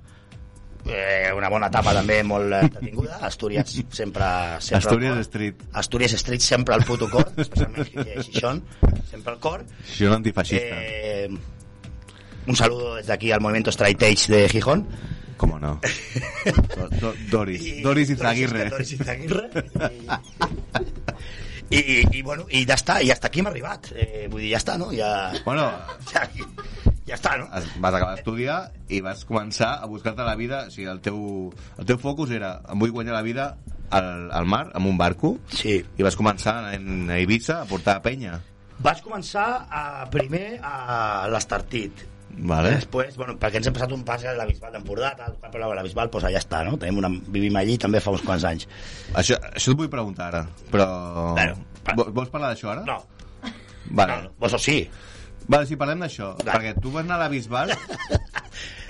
Speaker 5: Eh, una bona etapa també, molt entretinguda. Astúries sempre... sempre
Speaker 3: Astúries
Speaker 5: al cor.
Speaker 3: Street.
Speaker 5: Astúries Street sempre al puto cor, especialment eh, Gijón, sempre al cor.
Speaker 3: Això és antifeixista.
Speaker 5: Eh, un saludo desde aquí al movimiento Straight Edge de Gijón.
Speaker 3: Com no? Do- do- Doris. Doris Izaguirre.
Speaker 5: Doris Izaguirre. I, i, i, bueno, i ja està, i hasta aquí hem arribat. Eh, vull dir, ja està, no? Ja,
Speaker 3: Bueno,
Speaker 5: ja, ja està, no?
Speaker 3: es- vas acabar d'estudiar i vas començar a buscar-te la vida. O sigui, el teu, el teu focus era em vull guanyar la vida al, al mar, amb un barco,
Speaker 5: Sí.
Speaker 3: i vas començar en, a Ibiza a portar penya.
Speaker 5: Vaig començar a, primer a l'Estartit.
Speaker 3: Vale.
Speaker 5: Després, bueno, perquè ens hem passat un pas a la Bisbal d'Empordà, tal, però a la Bisbal, doncs allà està, no? Tenim una, vivim allí també fa uns quants anys.
Speaker 3: Això, això et vull preguntar ara, però...
Speaker 5: Bueno, va.
Speaker 3: Vo- Vols parlar d'això ara?
Speaker 5: No,
Speaker 3: Ah. Vale.
Speaker 5: no, no. Vos o sí.
Speaker 3: Vale, si parlem d'això,
Speaker 5: Vale.
Speaker 3: perquè tu vas anar a la Bisbal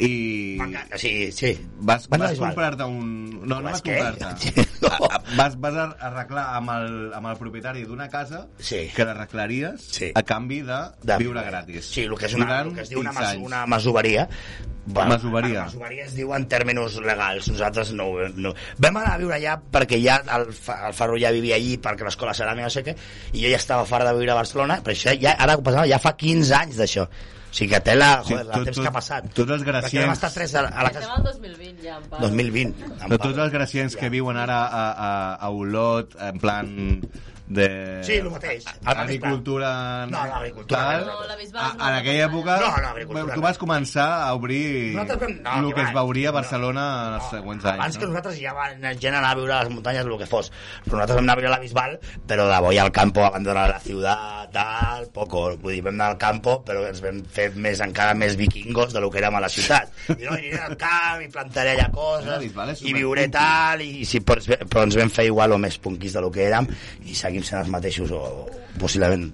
Speaker 3: i
Speaker 5: M'encanta, Sí, sí.
Speaker 3: vas,
Speaker 5: Vas anar a
Speaker 3: vas
Speaker 5: Bisbal?
Speaker 3: comprar-te un... No, no
Speaker 5: Vas
Speaker 3: vas
Speaker 5: què?
Speaker 3: comprar-te.
Speaker 5: No.
Speaker 3: A- a- Vas, vas a- arreglar amb el, amb el propietari d'una casa
Speaker 5: Sí.
Speaker 3: que l'arreglaries
Speaker 5: Sí.
Speaker 3: a canvi de,
Speaker 5: de
Speaker 3: viure gratis.
Speaker 5: Sí, el que, és una,
Speaker 3: Durant
Speaker 5: el que es diu una,
Speaker 3: X
Speaker 5: mas,
Speaker 3: anys.
Speaker 5: una masoveria. Bueno,
Speaker 3: Masoveria.
Speaker 5: Una masoveria es diu en tèrmins legals, nosaltres no, ho- no. Vam anar a viure allà perquè ja el, Fa- el Ferro ja vivia allí, perquè l'escola ceràmica no sé què, i jo ja estava fart de viure a Barcelona, però això ja, ara ho passava, ja fa 15 anys d'això. O sigui que té la,
Speaker 3: Sí,
Speaker 5: joder,
Speaker 3: tot-
Speaker 5: el temps
Speaker 3: tot-
Speaker 5: que ha passat.
Speaker 3: tots els
Speaker 5: Perquè
Speaker 3: gracients.
Speaker 5: Vam estar tres a, a la
Speaker 8: Estem
Speaker 5: casa...
Speaker 8: al 2020 ja, en part.
Speaker 5: 2020. em
Speaker 3: De
Speaker 5: parlo.
Speaker 3: tots els gracients que viuen ara a, a, a Olot, en plan de...
Speaker 5: Sí, el mateix, el mateix
Speaker 3: agricultura...
Speaker 5: No, no, agricultura,
Speaker 3: tal.
Speaker 5: no,
Speaker 8: la Bisbal
Speaker 3: a,
Speaker 8: és una
Speaker 3: en aquella
Speaker 8: altra
Speaker 3: època...
Speaker 5: No, no, agricultura,
Speaker 3: bueno,
Speaker 5: no.
Speaker 3: tu vas començar a obrir
Speaker 5: Nosaltres vam- no,
Speaker 3: el
Speaker 5: que
Speaker 3: que es
Speaker 5: va.
Speaker 3: veuria a
Speaker 5: No.
Speaker 3: Barcelona en els següents anys.
Speaker 5: Abans que
Speaker 3: no?
Speaker 5: nosaltres ja van, gent anar a viure a les muntanyes, el que fos. Però nosaltres vam anar a viure a la Bisbal, però de boi al campo, abandonar la ciutat, tal, poco. Vull dir, vam anar al campo, però ens vam fer més, encara més vikingos de lo que érem a la ciutat. I no, aniré al camp, i plantaré allà
Speaker 3: La
Speaker 5: coses,
Speaker 3: Bisbal és
Speaker 5: i viuré
Speaker 3: superpunky.
Speaker 5: tal, i, si, però, ens ve- però ens vam fer igual o més punquis de lo que érem, i seguim sent els mateixos, o, o possiblement...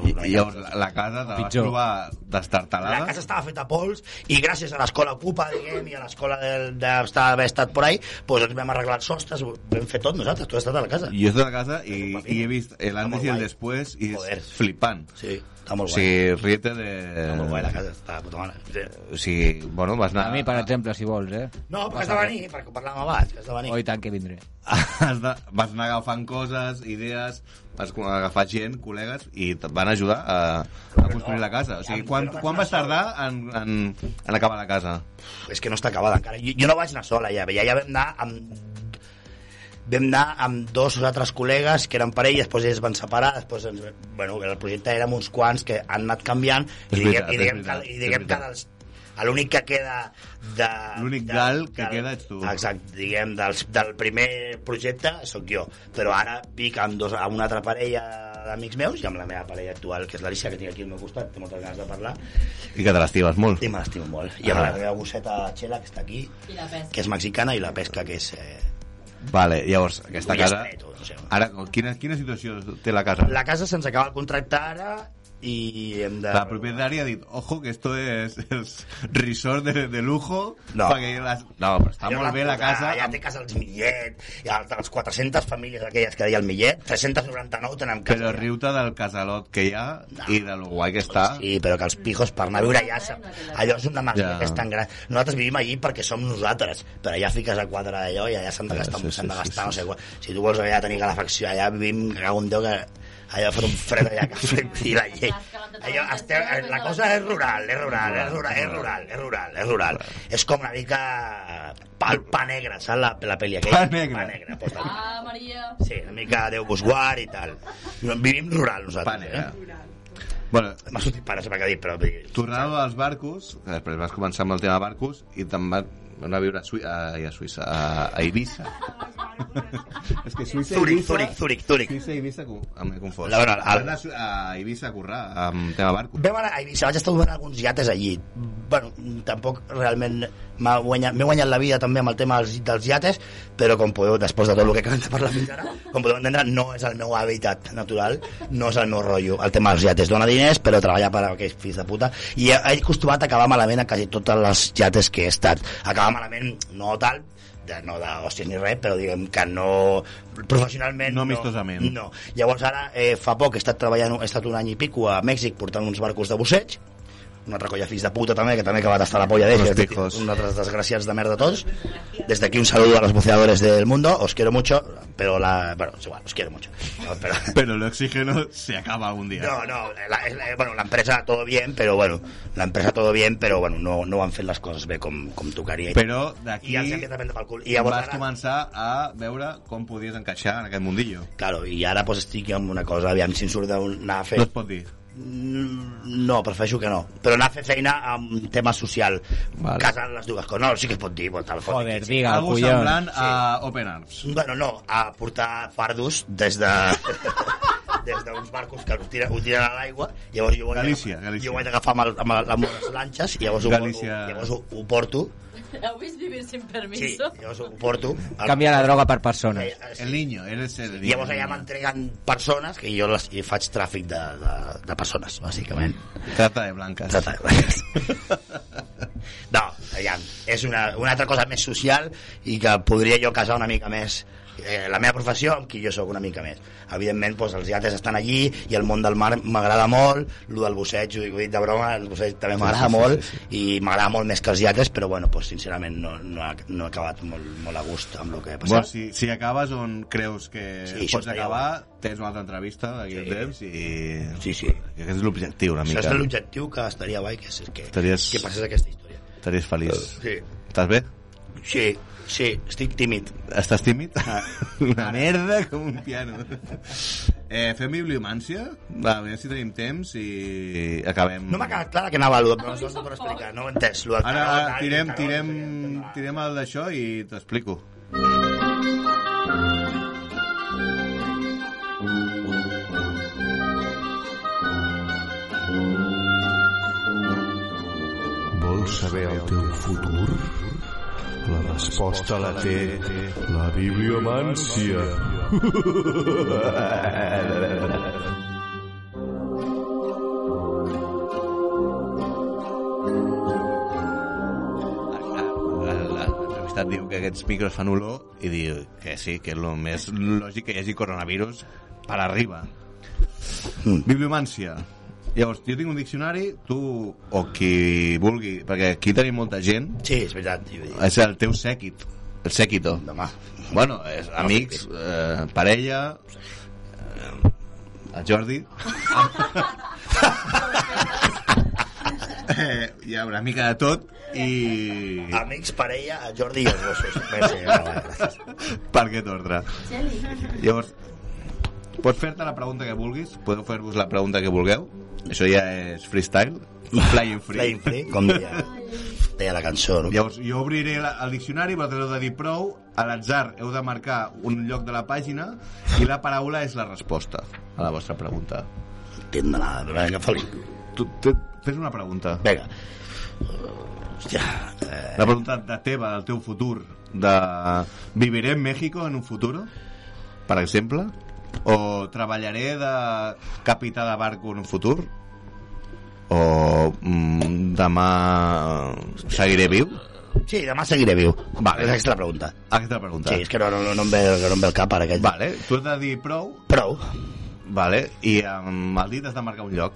Speaker 3: I, i llavors la, la casa te la vas
Speaker 7: Pitjor.
Speaker 3: trobar
Speaker 5: La
Speaker 3: destartalada.
Speaker 5: casa estava feta a pols i gràcies a l'escola Ocupa, diguem, i a l'escola del- d'estar haver estat por ahí, doncs ens vam arreglar els sostres, ho vam fer tot nosaltres, tu has estat a la casa.
Speaker 3: Jo he estat a casa i, i he vist el
Speaker 5: Està
Speaker 3: antes
Speaker 5: molt
Speaker 3: i el
Speaker 5: guai.
Speaker 3: després i
Speaker 5: Joder.
Speaker 3: és flipant.
Speaker 5: Sí, està
Speaker 3: O
Speaker 5: molt guai.
Speaker 3: sigui, riete de...
Speaker 5: Està molt guai la casa, està de puta mare. Sí.
Speaker 3: O sigui, bueno, vas anar...
Speaker 7: A mi, per exemple, si vols, eh?
Speaker 5: No, perquè has de venir, perquè ho parlàvem abans, que has de venir.
Speaker 7: Oh, i tant que vindré.
Speaker 3: has de, vas anar agafant coses, idees, vas co- agafar gent, col·legues, i et van ajudar a, a construir la casa. O sigui, quan, quan vas tardar en, en, en acabar la casa?
Speaker 5: és que no està acabada encara. Jo, jo no vaig anar sola, ja, ja, ja vam anar amb vam anar amb dos o altres col·legues que eren parell, després ells es van separar després ens, bueno, el projecte érem uns quants que han anat canviant
Speaker 3: És
Speaker 5: i diguem,
Speaker 3: veritat,
Speaker 5: i
Speaker 3: és
Speaker 5: diguem,
Speaker 3: veritat,
Speaker 5: que, i
Speaker 3: és
Speaker 5: diguem que
Speaker 3: veritat.
Speaker 5: dels, a l'únic que queda de,
Speaker 3: L'únic
Speaker 5: de-
Speaker 3: gal que
Speaker 5: del-
Speaker 3: queda ets tu.
Speaker 5: exacte, diguem, dels, del primer projecte sóc jo, però ara vic amb, dos, amb una altra parella d'amics meus i amb la meva parella actual, que és l'Alicia que tinc aquí al meu costat, té moltes ganes de parlar
Speaker 3: I que te l'estimes molt.
Speaker 5: i me l'estimo molt. I
Speaker 3: Ah.
Speaker 5: amb la meva gosseta Txela, que està aquí,
Speaker 8: I la pesca.
Speaker 5: que és mexicana, i la pesca, que és... Eh,
Speaker 3: Vale, llavors, aquesta
Speaker 5: un
Speaker 3: casa...
Speaker 5: llastret, o no sé.
Speaker 3: Ara, quina, quina situació té la casa?
Speaker 5: La casa se'ns acaba el contracte ara i hem de...
Speaker 3: La propietària ha dit, ojo, que esto es, es resort de, de lujo.
Speaker 5: No.
Speaker 3: perquè Las... No, però està
Speaker 5: Allò
Speaker 3: molt
Speaker 5: la
Speaker 3: bé la
Speaker 5: puta,
Speaker 3: casa.
Speaker 5: Ja té casa els Millet, i altres 400 famílies aquelles que deia el Millet, 399 tenen casa.
Speaker 3: Però riu-te del casalot que hi ha i de lo guai que està.
Speaker 5: Sí, però que els pijos per anar a viure allà... sap- Allò és una masia
Speaker 3: Ja.
Speaker 5: que és tan gran. Nosaltres vivim allí perquè som nosaltres, però allà fiques a quadra d'allò i allà s'han de
Speaker 3: Ja,
Speaker 5: gastar,
Speaker 3: sí, sí,
Speaker 5: s'han de
Speaker 3: sí,
Speaker 5: gastar
Speaker 3: sí,
Speaker 5: no sé quan. Si tu vols allà tenir calefacció, allà vivim, cago en Déu, que allà per un fred allà que fent i la llei. Allò, esteu, la cosa és rural, és rural, és rural, és rural, és rural, és rural. És com una mica pal pa negra, saps la, la pel·li aquella?
Speaker 7: Pa negra.
Speaker 5: Pa negra, pues, la-
Speaker 8: Ah, Maria.
Speaker 5: sí, una mica Déu vos guard i tal. Vivim rural nosaltres.
Speaker 3: Pa negra.
Speaker 5: Eh?
Speaker 3: Bueno,
Speaker 5: M'ha sortit pare, sempre que ha dit, però... vull dir,
Speaker 3: tornant als barcos, que després vas començar amb el tema barcos i te'n va, anar a viure a, Sui, a, ai, a Suïssa, a, a Eivissa. és que Suïssa i
Speaker 5: Zúrich,
Speaker 3: Eivissa...
Speaker 5: Zúrich, Zúrich, Zúrich.
Speaker 3: Suïssa i Eivissa com- em he confós.
Speaker 5: La vera, el-
Speaker 3: Van anar a Su- a Eivissa a currar amb tema barcos.
Speaker 5: Vam anar a Eivissa, vaig estar donant alguns iates allí. Bueno, tampoc realment m'ha guanyat, m'he guanyat la vida també amb el tema dels, dels iates, però com podeu, després de tot el que acabem de parlar fins ara, com podeu entendre, no és el meu hàbitat natural, no és el meu rotllo. El tema dels iates dona diners, però treballar per a aquells fills de puta. I he, he acostumat a acabar malament a quasi totes les iates que he estat. Acabar malament, no tal, de, no d'hòsties ni res, però diguem que no professionalment...
Speaker 3: No amistosament.
Speaker 5: No, no. Llavors ara, eh, fa poc he estat treballant, he estat un any i pico a Mèxic portant uns barcos de busseig, una altra colla fills de puta també, que també ha acabat estar la polla
Speaker 3: Los
Speaker 5: d'ells, que-
Speaker 3: pijos.
Speaker 5: un altre desgraciats de merda tots. Des d'aquí un saludo a los buceadores del mundo, os quiero mucho, però la... Bueno, és igual, os quiero mucho. No, però...
Speaker 3: Pero el oxígeno se acaba un día.
Speaker 5: No, no, la, es la- bueno, la empresa todo bien, pero bueno, la empresa todo bien, pero bueno, no, no han fet les coses bé com, com tocaria.
Speaker 3: Però d'aquí
Speaker 5: I els hem de prendre pel cul. I llavors
Speaker 3: vas
Speaker 5: ara-
Speaker 3: començar a veure com podies encaixar en aquest mundillo.
Speaker 5: Claro, i ara pues, estic amb una cosa, aviam si em surt d'anar a fer...
Speaker 3: No es pot dir.
Speaker 5: Mm, No, prefereixo que no. Però anar a fer feina amb un tema social.
Speaker 3: Vale.
Speaker 5: Vale. Casant les dues coses. No, sí que es pot dir. Bueno, tal,
Speaker 7: Joder,
Speaker 5: fotiquis.
Speaker 7: digue,
Speaker 3: Algo
Speaker 7: collons.
Speaker 3: semblant a Open Arms.
Speaker 5: Bueno, no, a portar fardos des de... des d'uns barcos que ho tiren, ho tiren a l'aigua llavors jo, ho vaig
Speaker 3: Galícia,
Speaker 5: agafar-
Speaker 3: Galícia.
Speaker 5: jo ho vaig agafar amb, el, amb, el, amb les lanxes i llavors,
Speaker 3: Galícia.
Speaker 5: ho, ho, llavors ho, ho porto
Speaker 8: Heu vist Vivir sin
Speaker 5: sí,
Speaker 8: permiso?
Speaker 5: llavors ho porto Eh,
Speaker 7: Canvia la droga per persones.
Speaker 3: El niño, eres el niño.
Speaker 5: llavors allà m'entreguen persones que jo les, hi faig tràfic de, de, de persones bàsicament
Speaker 3: Trata de blancas.
Speaker 5: Trata de blancas. No, aviam, és una, una altra cosa més social i que podria jo casar una mica més eh, la meva professió amb qui jo sóc una mica més. Evidentment, doncs, els iates estan allí i el món del mar m'agrada molt, lo del busseig, ho dic- ho he dit de broma, el busseig també
Speaker 3: sí,
Speaker 5: m'agrada
Speaker 3: sí,
Speaker 5: molt
Speaker 3: sí,
Speaker 5: i m'agrada molt més que els iates, però bueno, doncs, sincerament no, no, ha, no he acabat molt, molt a gust amb el que ha
Speaker 3: Bueno,
Speaker 5: passat.
Speaker 3: si, si acabes on creus que
Speaker 5: Sí,
Speaker 3: sí,
Speaker 5: això
Speaker 3: pots
Speaker 5: estaria
Speaker 3: acabar, tens una altra entrevista d'aquí sí.
Speaker 5: Sí.
Speaker 3: temps i...
Speaker 5: Sí, sí.
Speaker 3: Que aquest és l'objectiu, una
Speaker 5: Això
Speaker 3: mica.
Speaker 5: és l'objectiu que estaria guai, que, és, que,
Speaker 3: Estaries-
Speaker 5: que passés aquesta història.
Speaker 3: Estaries feliç.
Speaker 5: Sí,
Speaker 3: Estàs bé?
Speaker 5: sí, sí, estic tímid.
Speaker 3: Estàs tímid? una merda com un piano. Eh, fem bibliomància? Va, a veure si tenim temps i acabem...
Speaker 5: No m'ha quedat clar que anava a lo però Ah, no us ho puc explicar, no ho he entès. Lo del
Speaker 3: Ara,
Speaker 5: tarot,
Speaker 3: ara
Speaker 5: tal,
Speaker 3: tirem,
Speaker 5: tarot,
Speaker 3: tirem,
Speaker 5: no sé què.
Speaker 3: tirem el d'això i t'explico.
Speaker 11: Vols saber el teu futur? La resposta la té la bibliomància.
Speaker 3: L'entrevistat diu que aquests micros fan olor i diu que sí, que és el més lògic que hi hagi coronavirus per arriba. Mm. Bibliomància. Llavors, jo tinc un diccionari, tu o qui vulgui, perquè aquí tenim molta gent,
Speaker 5: Sí, és veritat. Jo, dic,
Speaker 3: és el teu sèquit, el sèquito.
Speaker 5: demà.
Speaker 3: Bueno, és, amics, eh, parella, eh, el Jordi... eh, hi ha una mica de tot i...
Speaker 5: Amics, parella, el Jordi i els gossos. Merci, vale, gràcies.
Speaker 3: per aquest ordre. Llavors, pots fer-te la pregunta que vulguis, podeu fer-vos la pregunta que vulgueu, això ja és freestyle, flying free.
Speaker 5: Flying free, com deia, deia la cançó. No?
Speaker 3: Llavors, jo obriré la, el diccionari, vosaltres heu de dir prou, a l'atzar heu de marcar un lloc de la pàgina i la paraula és la resposta a la vostra pregunta.
Speaker 5: Tindre-la, vinga, feliç.
Speaker 3: Tu, tu fes una pregunta.
Speaker 5: Vinga. Hòstia, eh,
Speaker 3: La pregunta de teva, del teu futur, de... Viviré en México en un futur, per exemple? O treballaré de capità de barco en un futur? O mm, demà seguiré viu?
Speaker 5: sí, demà seguiré viu.
Speaker 3: Vale.
Speaker 5: Aquesta és la pregunta.
Speaker 3: Aquesta pregunta.
Speaker 5: Sí, és que no, no, no, em ve, no em ve el cap ara aquest.
Speaker 3: Vale, tu has de dir prou,
Speaker 5: Prou.
Speaker 3: vale, i amb el dit has de marcar un lloc.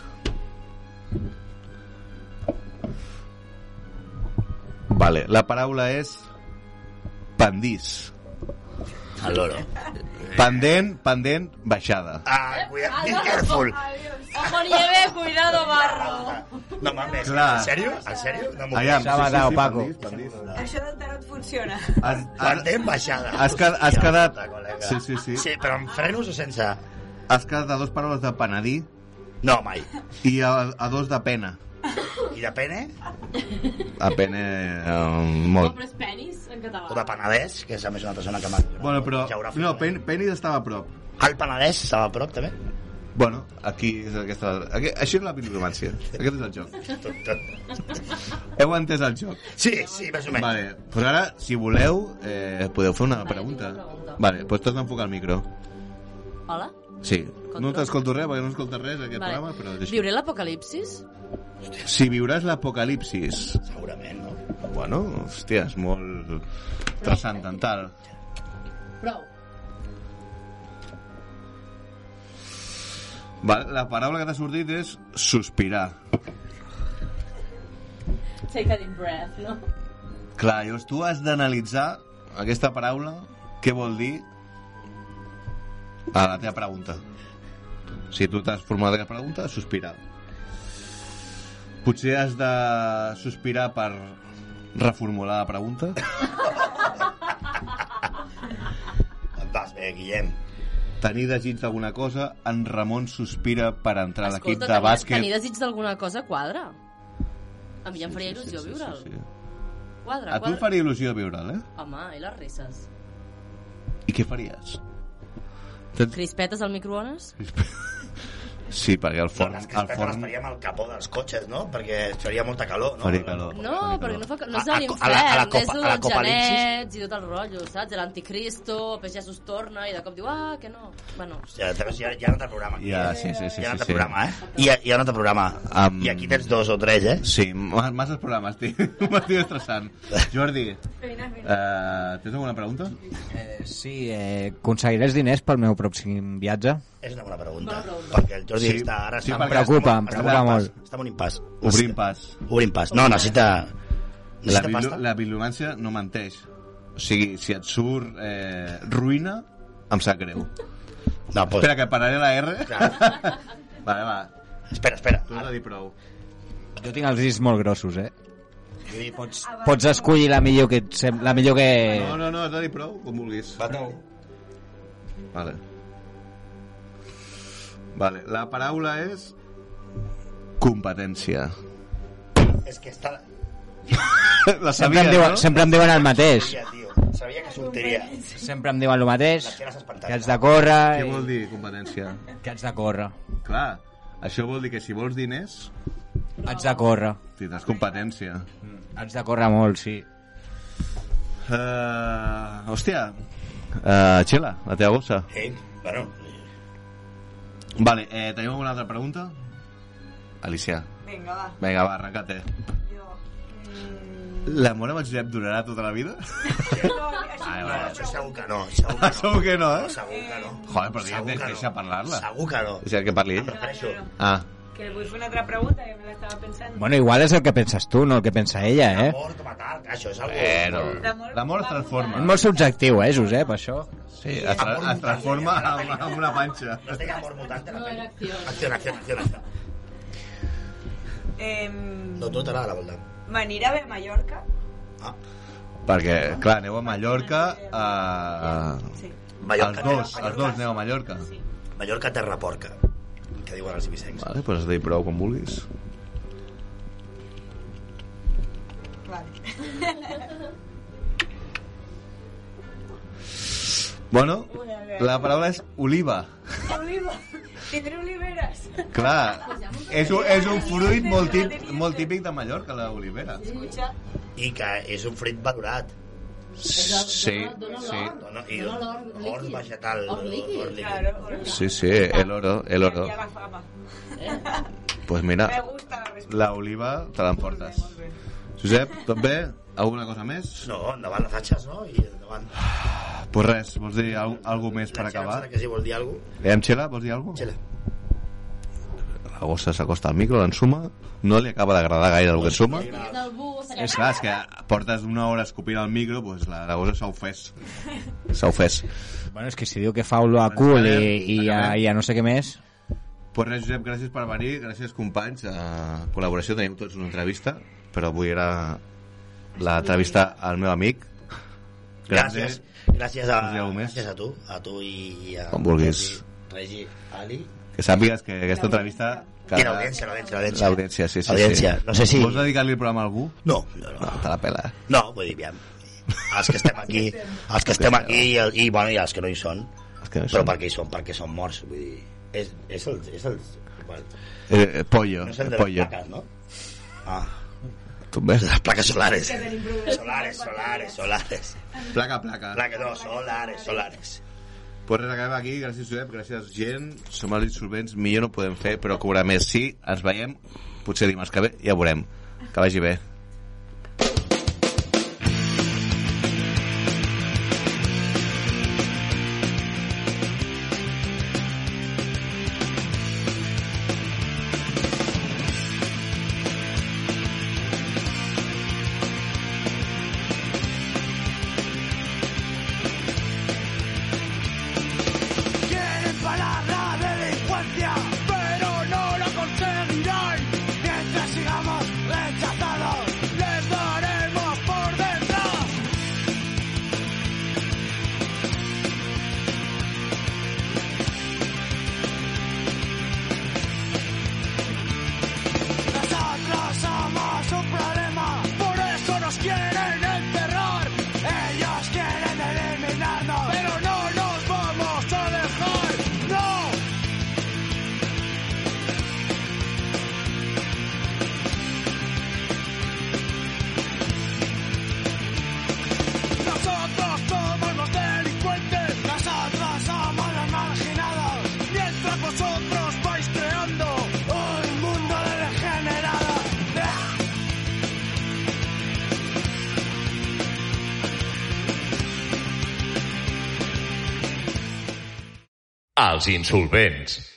Speaker 3: Vale, la paraula és pandís.
Speaker 5: al loro.
Speaker 3: Eh. Pendent, pendent, baixada.
Speaker 5: Ah, cuidado, be careful.
Speaker 8: Oh,
Speaker 12: Ojo nieve, cuidado barro.
Speaker 5: No mames,
Speaker 3: Clar.
Speaker 5: en sèrio? En sèrio? No m'ho
Speaker 3: Aviam,
Speaker 5: crec.
Speaker 3: Sabadell, sí, sí, Paco. pendent,
Speaker 12: Això d'encara et funciona.
Speaker 3: Has,
Speaker 5: Pendent baixada.
Speaker 3: Has, quedat- has
Speaker 5: Hòstia
Speaker 3: quedat...
Speaker 5: puta, col·lega.
Speaker 3: Sí, sí, sí.
Speaker 5: Sí, però amb frenos o sense?
Speaker 3: Has quedat a dos paraules de penedir.
Speaker 5: No, mai.
Speaker 3: I a, a dos de pena.
Speaker 5: I de pene?
Speaker 3: A pena... Eh, molt.
Speaker 12: Compres penis en català.
Speaker 5: O de penedès, que és a més una persona que m'ha...
Speaker 3: Bueno, però...
Speaker 5: Geogràfic.
Speaker 3: No, pen, penis estava a prop.
Speaker 5: El Penedès estava a prop, també?
Speaker 3: Bueno, aquí és aquesta... Aquí, això és la bibliomància. Aquest és el joc. Heu entès el joc?
Speaker 5: Sí, sí, més o menys.
Speaker 3: Vale, doncs ara, si voleu, eh, podeu fer una pregunta. Vale, doncs torna a enfocar el micro.
Speaker 8: Hola?
Speaker 3: Sí. No t'escolto res, perquè no escoltes res aquest vale. programa, però... Deixa...
Speaker 8: Viuré l'apocalipsis?
Speaker 3: Si viuràs l'apocalipsis...
Speaker 5: Segurament,
Speaker 3: no? Bueno, hòstia, és molt transcendental.
Speaker 8: Prou.
Speaker 3: Vale, la paraula que t'ha sortit és sospirar.
Speaker 12: Take a deep breath, no?
Speaker 3: Clar, llavors tu has d'analitzar aquesta paraula, què vol dir a la teva pregunta. Si tu t'has format aquesta pregunta, sospirar. Potser has de sospirar per reformular la pregunta.
Speaker 5: Et vas bé, Guillem.
Speaker 3: Tenir desig d'alguna cosa, en Ramon sospira per entrar a l'equip
Speaker 8: Escolta,
Speaker 3: de
Speaker 8: tenir-
Speaker 3: bàsquet.
Speaker 8: Tenir desig d'alguna cosa quadra. A mi em faria il·lusió viure'l. Quadra,
Speaker 3: A tu et
Speaker 8: quadra.
Speaker 3: faria il·lusió veure'l, eh?
Speaker 8: Home, i les risses?
Speaker 3: I què faries?
Speaker 8: Crispetes al microones?
Speaker 3: Sí, perquè al forn...
Speaker 5: Les
Speaker 3: al
Speaker 5: crispetes les
Speaker 3: forn...
Speaker 5: faríem al capó dels cotxes, no? Perquè faria molta calor, no?
Speaker 3: Faria calor.
Speaker 8: No, perquè no, fa, no és
Speaker 5: A-
Speaker 8: a
Speaker 5: a-
Speaker 8: l'infern,
Speaker 5: a la- a la
Speaker 8: és
Speaker 5: Copa- a la
Speaker 8: dels
Speaker 5: Copa Elipsis.
Speaker 8: genets i tot el rotllo, saps? L'anticristo, després Jesús torna i de cop diu, ah, que no. Bueno,
Speaker 5: Ja, hi ha, hi ha un altre programa. aquí,
Speaker 3: Ja,
Speaker 5: eh?
Speaker 3: sí, sí, sí,
Speaker 5: Hi ha un altre
Speaker 3: sí, sí.
Speaker 5: programa, eh? Hi ha, hi ha un altre programa.
Speaker 3: Amb-
Speaker 5: I aquí tens dos o tres, eh?
Speaker 3: Sí, ma- masses programes, tio. M'estic estressant. Jordi, eh, tens alguna pregunta?
Speaker 7: Eh, sí, eh, aconseguiràs diners pel meu pròxim viatge?
Speaker 5: És una bona pregunta. Perquè el Jordi
Speaker 7: Sí,
Speaker 5: està... Ara
Speaker 7: sí,
Speaker 5: està,
Speaker 7: em preocupa, em preocupa molt.
Speaker 5: Està en un impàs.
Speaker 3: Obrim pas.
Speaker 5: Obrim pas. No, necessita...
Speaker 3: La,
Speaker 5: Necessita
Speaker 3: bibli
Speaker 5: pasta?
Speaker 3: la bibliomància no menteix. O sigui, si et surt eh, ruïna, em sap greu.
Speaker 5: No, pues...
Speaker 3: Espera, que pararé la R. vale, va.
Speaker 5: Espera, espera.
Speaker 3: Tu has de dir prou.
Speaker 7: Jo tinc els dits molt grossos, eh?
Speaker 5: Vull dir, pots...
Speaker 7: Pots escollir la millor que... et sem- La millor que...
Speaker 3: No, no, no, has de dir prou, com vulguis.
Speaker 5: Va, no.
Speaker 3: Vale. Vale, la paraula és... Competència.
Speaker 5: És que està...
Speaker 3: La
Speaker 7: Sempre em,
Speaker 3: sabies,
Speaker 7: diuen,
Speaker 3: no?
Speaker 7: sempre em diuen el mateix.
Speaker 5: Sabia, tio. Sabia que sortiria.
Speaker 7: Sempre em diuen el mateix.
Speaker 5: Les teves espantat.
Speaker 7: Que has de córrer...
Speaker 3: Què
Speaker 7: i-
Speaker 3: vol dir competència?
Speaker 7: Que haig de córrer.
Speaker 3: Clar, això vol dir que si vols diners,
Speaker 7: Haig de córrer.
Speaker 3: tindràs competència.
Speaker 7: Haig de córrer molt, sí.
Speaker 3: Uh, hòstia. Uh, Xela, la teva bossa.
Speaker 5: Eh? Bueno,
Speaker 3: Vale, eh, tenim alguna altra pregunta? Alicia.
Speaker 12: Vinga, va.
Speaker 3: Vinga, va, arrencate.
Speaker 12: Jo...
Speaker 3: L'amor amb el Josep durarà tota la vida? Ah,
Speaker 5: no, això segur que no. Segur que no.
Speaker 3: Segur que no, eh?
Speaker 5: Segur que no.
Speaker 3: Joder, però ja
Speaker 5: Segur
Speaker 3: de-
Speaker 5: que no.
Speaker 3: deixa parlar-la.
Speaker 5: Segur que no.
Speaker 3: Deixa que parli ell.
Speaker 5: Prefereixo...
Speaker 3: Ah,
Speaker 12: Que vull fer una altra pregunta, que me l'estava pensant.
Speaker 7: Bueno, igual és el que penses tu, no el que pensa ella, eh?
Speaker 5: Mort, matar, això és algo...
Speaker 3: bueno. L'amor es transforma.
Speaker 7: És molt subjectiu, eh, Josep, això?
Speaker 3: Sí, es, tra- es transforma en, en una panxa.
Speaker 5: No es deia amor mutante, la
Speaker 12: No, era acció.
Speaker 5: Acció, acció, acció.
Speaker 13: Eh,
Speaker 5: No, tu no t'agrada la Ah. volta.
Speaker 13: M'anirà bé a Mallorca?
Speaker 3: Perquè, clar, aneu a Mallorca... A... Els dos, els dos aneu a Mallorca.
Speaker 5: Mallorca terra porca, que diuen els ibisencs.
Speaker 3: Vale, doncs has de dir prou quan vulguis. Bueno, la paraula és oliva.
Speaker 13: Oliva. Tindré oliveres.
Speaker 3: Clar, és un, és un fruit molt, típ, molt típic de Mallorca, la olivera.
Speaker 13: Escucha.
Speaker 5: I que és un fruit valorat.
Speaker 3: Sí, sí.
Speaker 5: Dona, i l'or vegetal. Or líquid.
Speaker 13: Claro, oliva.
Speaker 3: Sí, sí, el oro, el oro.
Speaker 13: Ya la fama.
Speaker 3: Pues mira,
Speaker 13: Me gusta la respuesta.
Speaker 3: la oliva te l'emportes. Josep, tot bé? Alguna cosa més?
Speaker 5: No, endavant les atxes, no? I endavant.
Speaker 3: Pues res, vols dir al, alguna més per
Speaker 5: La Txela em
Speaker 3: acabar?
Speaker 5: sembla Que si vol dir alguna cosa.
Speaker 3: Eh, em Xela, vols dir alguna cosa?
Speaker 5: Txela.
Speaker 3: La gossa s'acosta al micro, l'ensuma, no li acaba d'agradar gaire el que ensuma.
Speaker 8: és del bus,
Speaker 3: És clar, és que portes una hora escopint al micro, doncs la, la gossa s'ha ofès. S'ha ofès.
Speaker 7: Bueno, és que si diu que fa olor a cul i, i, a, i a no sé què més...
Speaker 3: Pues res, Josep, gràcies per venir, gràcies companys. A col·laboració tenim tots una entrevista, però avui era l'entrevista al meu amic.
Speaker 5: Gràcies. Gràcies a,
Speaker 3: Gràcies a algú més.
Speaker 5: gràcies a tu, a tu i a...
Speaker 3: Quan vulguis.
Speaker 5: Regi, Ali.
Speaker 3: Que sàpigues que aquesta entrevista...
Speaker 5: I l'audiència, l'audiència, l'audiència.
Speaker 3: L'audiència, sí, sí.
Speaker 5: Audiència,
Speaker 3: sí.
Speaker 5: no sé si-
Speaker 3: Vols dedicar-li el programa a algú?
Speaker 5: No,
Speaker 3: no, no. Te la pela. eh?
Speaker 5: No, vull dir, aviam, els que estem aquí, els que estem aquí i, el- i, bueno, i els que no hi són,
Speaker 3: que no hi
Speaker 5: però
Speaker 3: són.
Speaker 5: perquè hi són, perquè són morts, vull dir, és, és el... És el bueno,
Speaker 3: Eh, eh, pollo,
Speaker 5: no és el
Speaker 3: eh,
Speaker 5: de
Speaker 3: pollo.
Speaker 5: les plaques, no? Ah,
Speaker 3: Tu ves?
Speaker 5: les plaques solares.
Speaker 1: Solares,
Speaker 5: solares, solares.
Speaker 3: Placa, placa.
Speaker 5: Plaques, no, solares, solares.
Speaker 3: Pues res, acabem aquí. Gràcies, Josep. Gràcies, gent. Som els insolvents. Millor no ho podem fer, però cobrar més. Sí, ens veiem. Potser dimarts que ve. Ja ho veurem. Que vagi bé.
Speaker 1: Quieren parar la delincuencia, pero no lo conseguirán. Mientras sigamos rechazados, les daremos por detrás. Nosotros somos un problema, por eso nos quieren enterrar. Ellos quieren eliminarnos, pero no nos vamos a dejar. ¡No! Nosotros somos los delincuentes, nosotros somos los marginados, mientras vosotros vais creando un mundo de degenerados. ¡Ah!
Speaker 14: Els insolvents.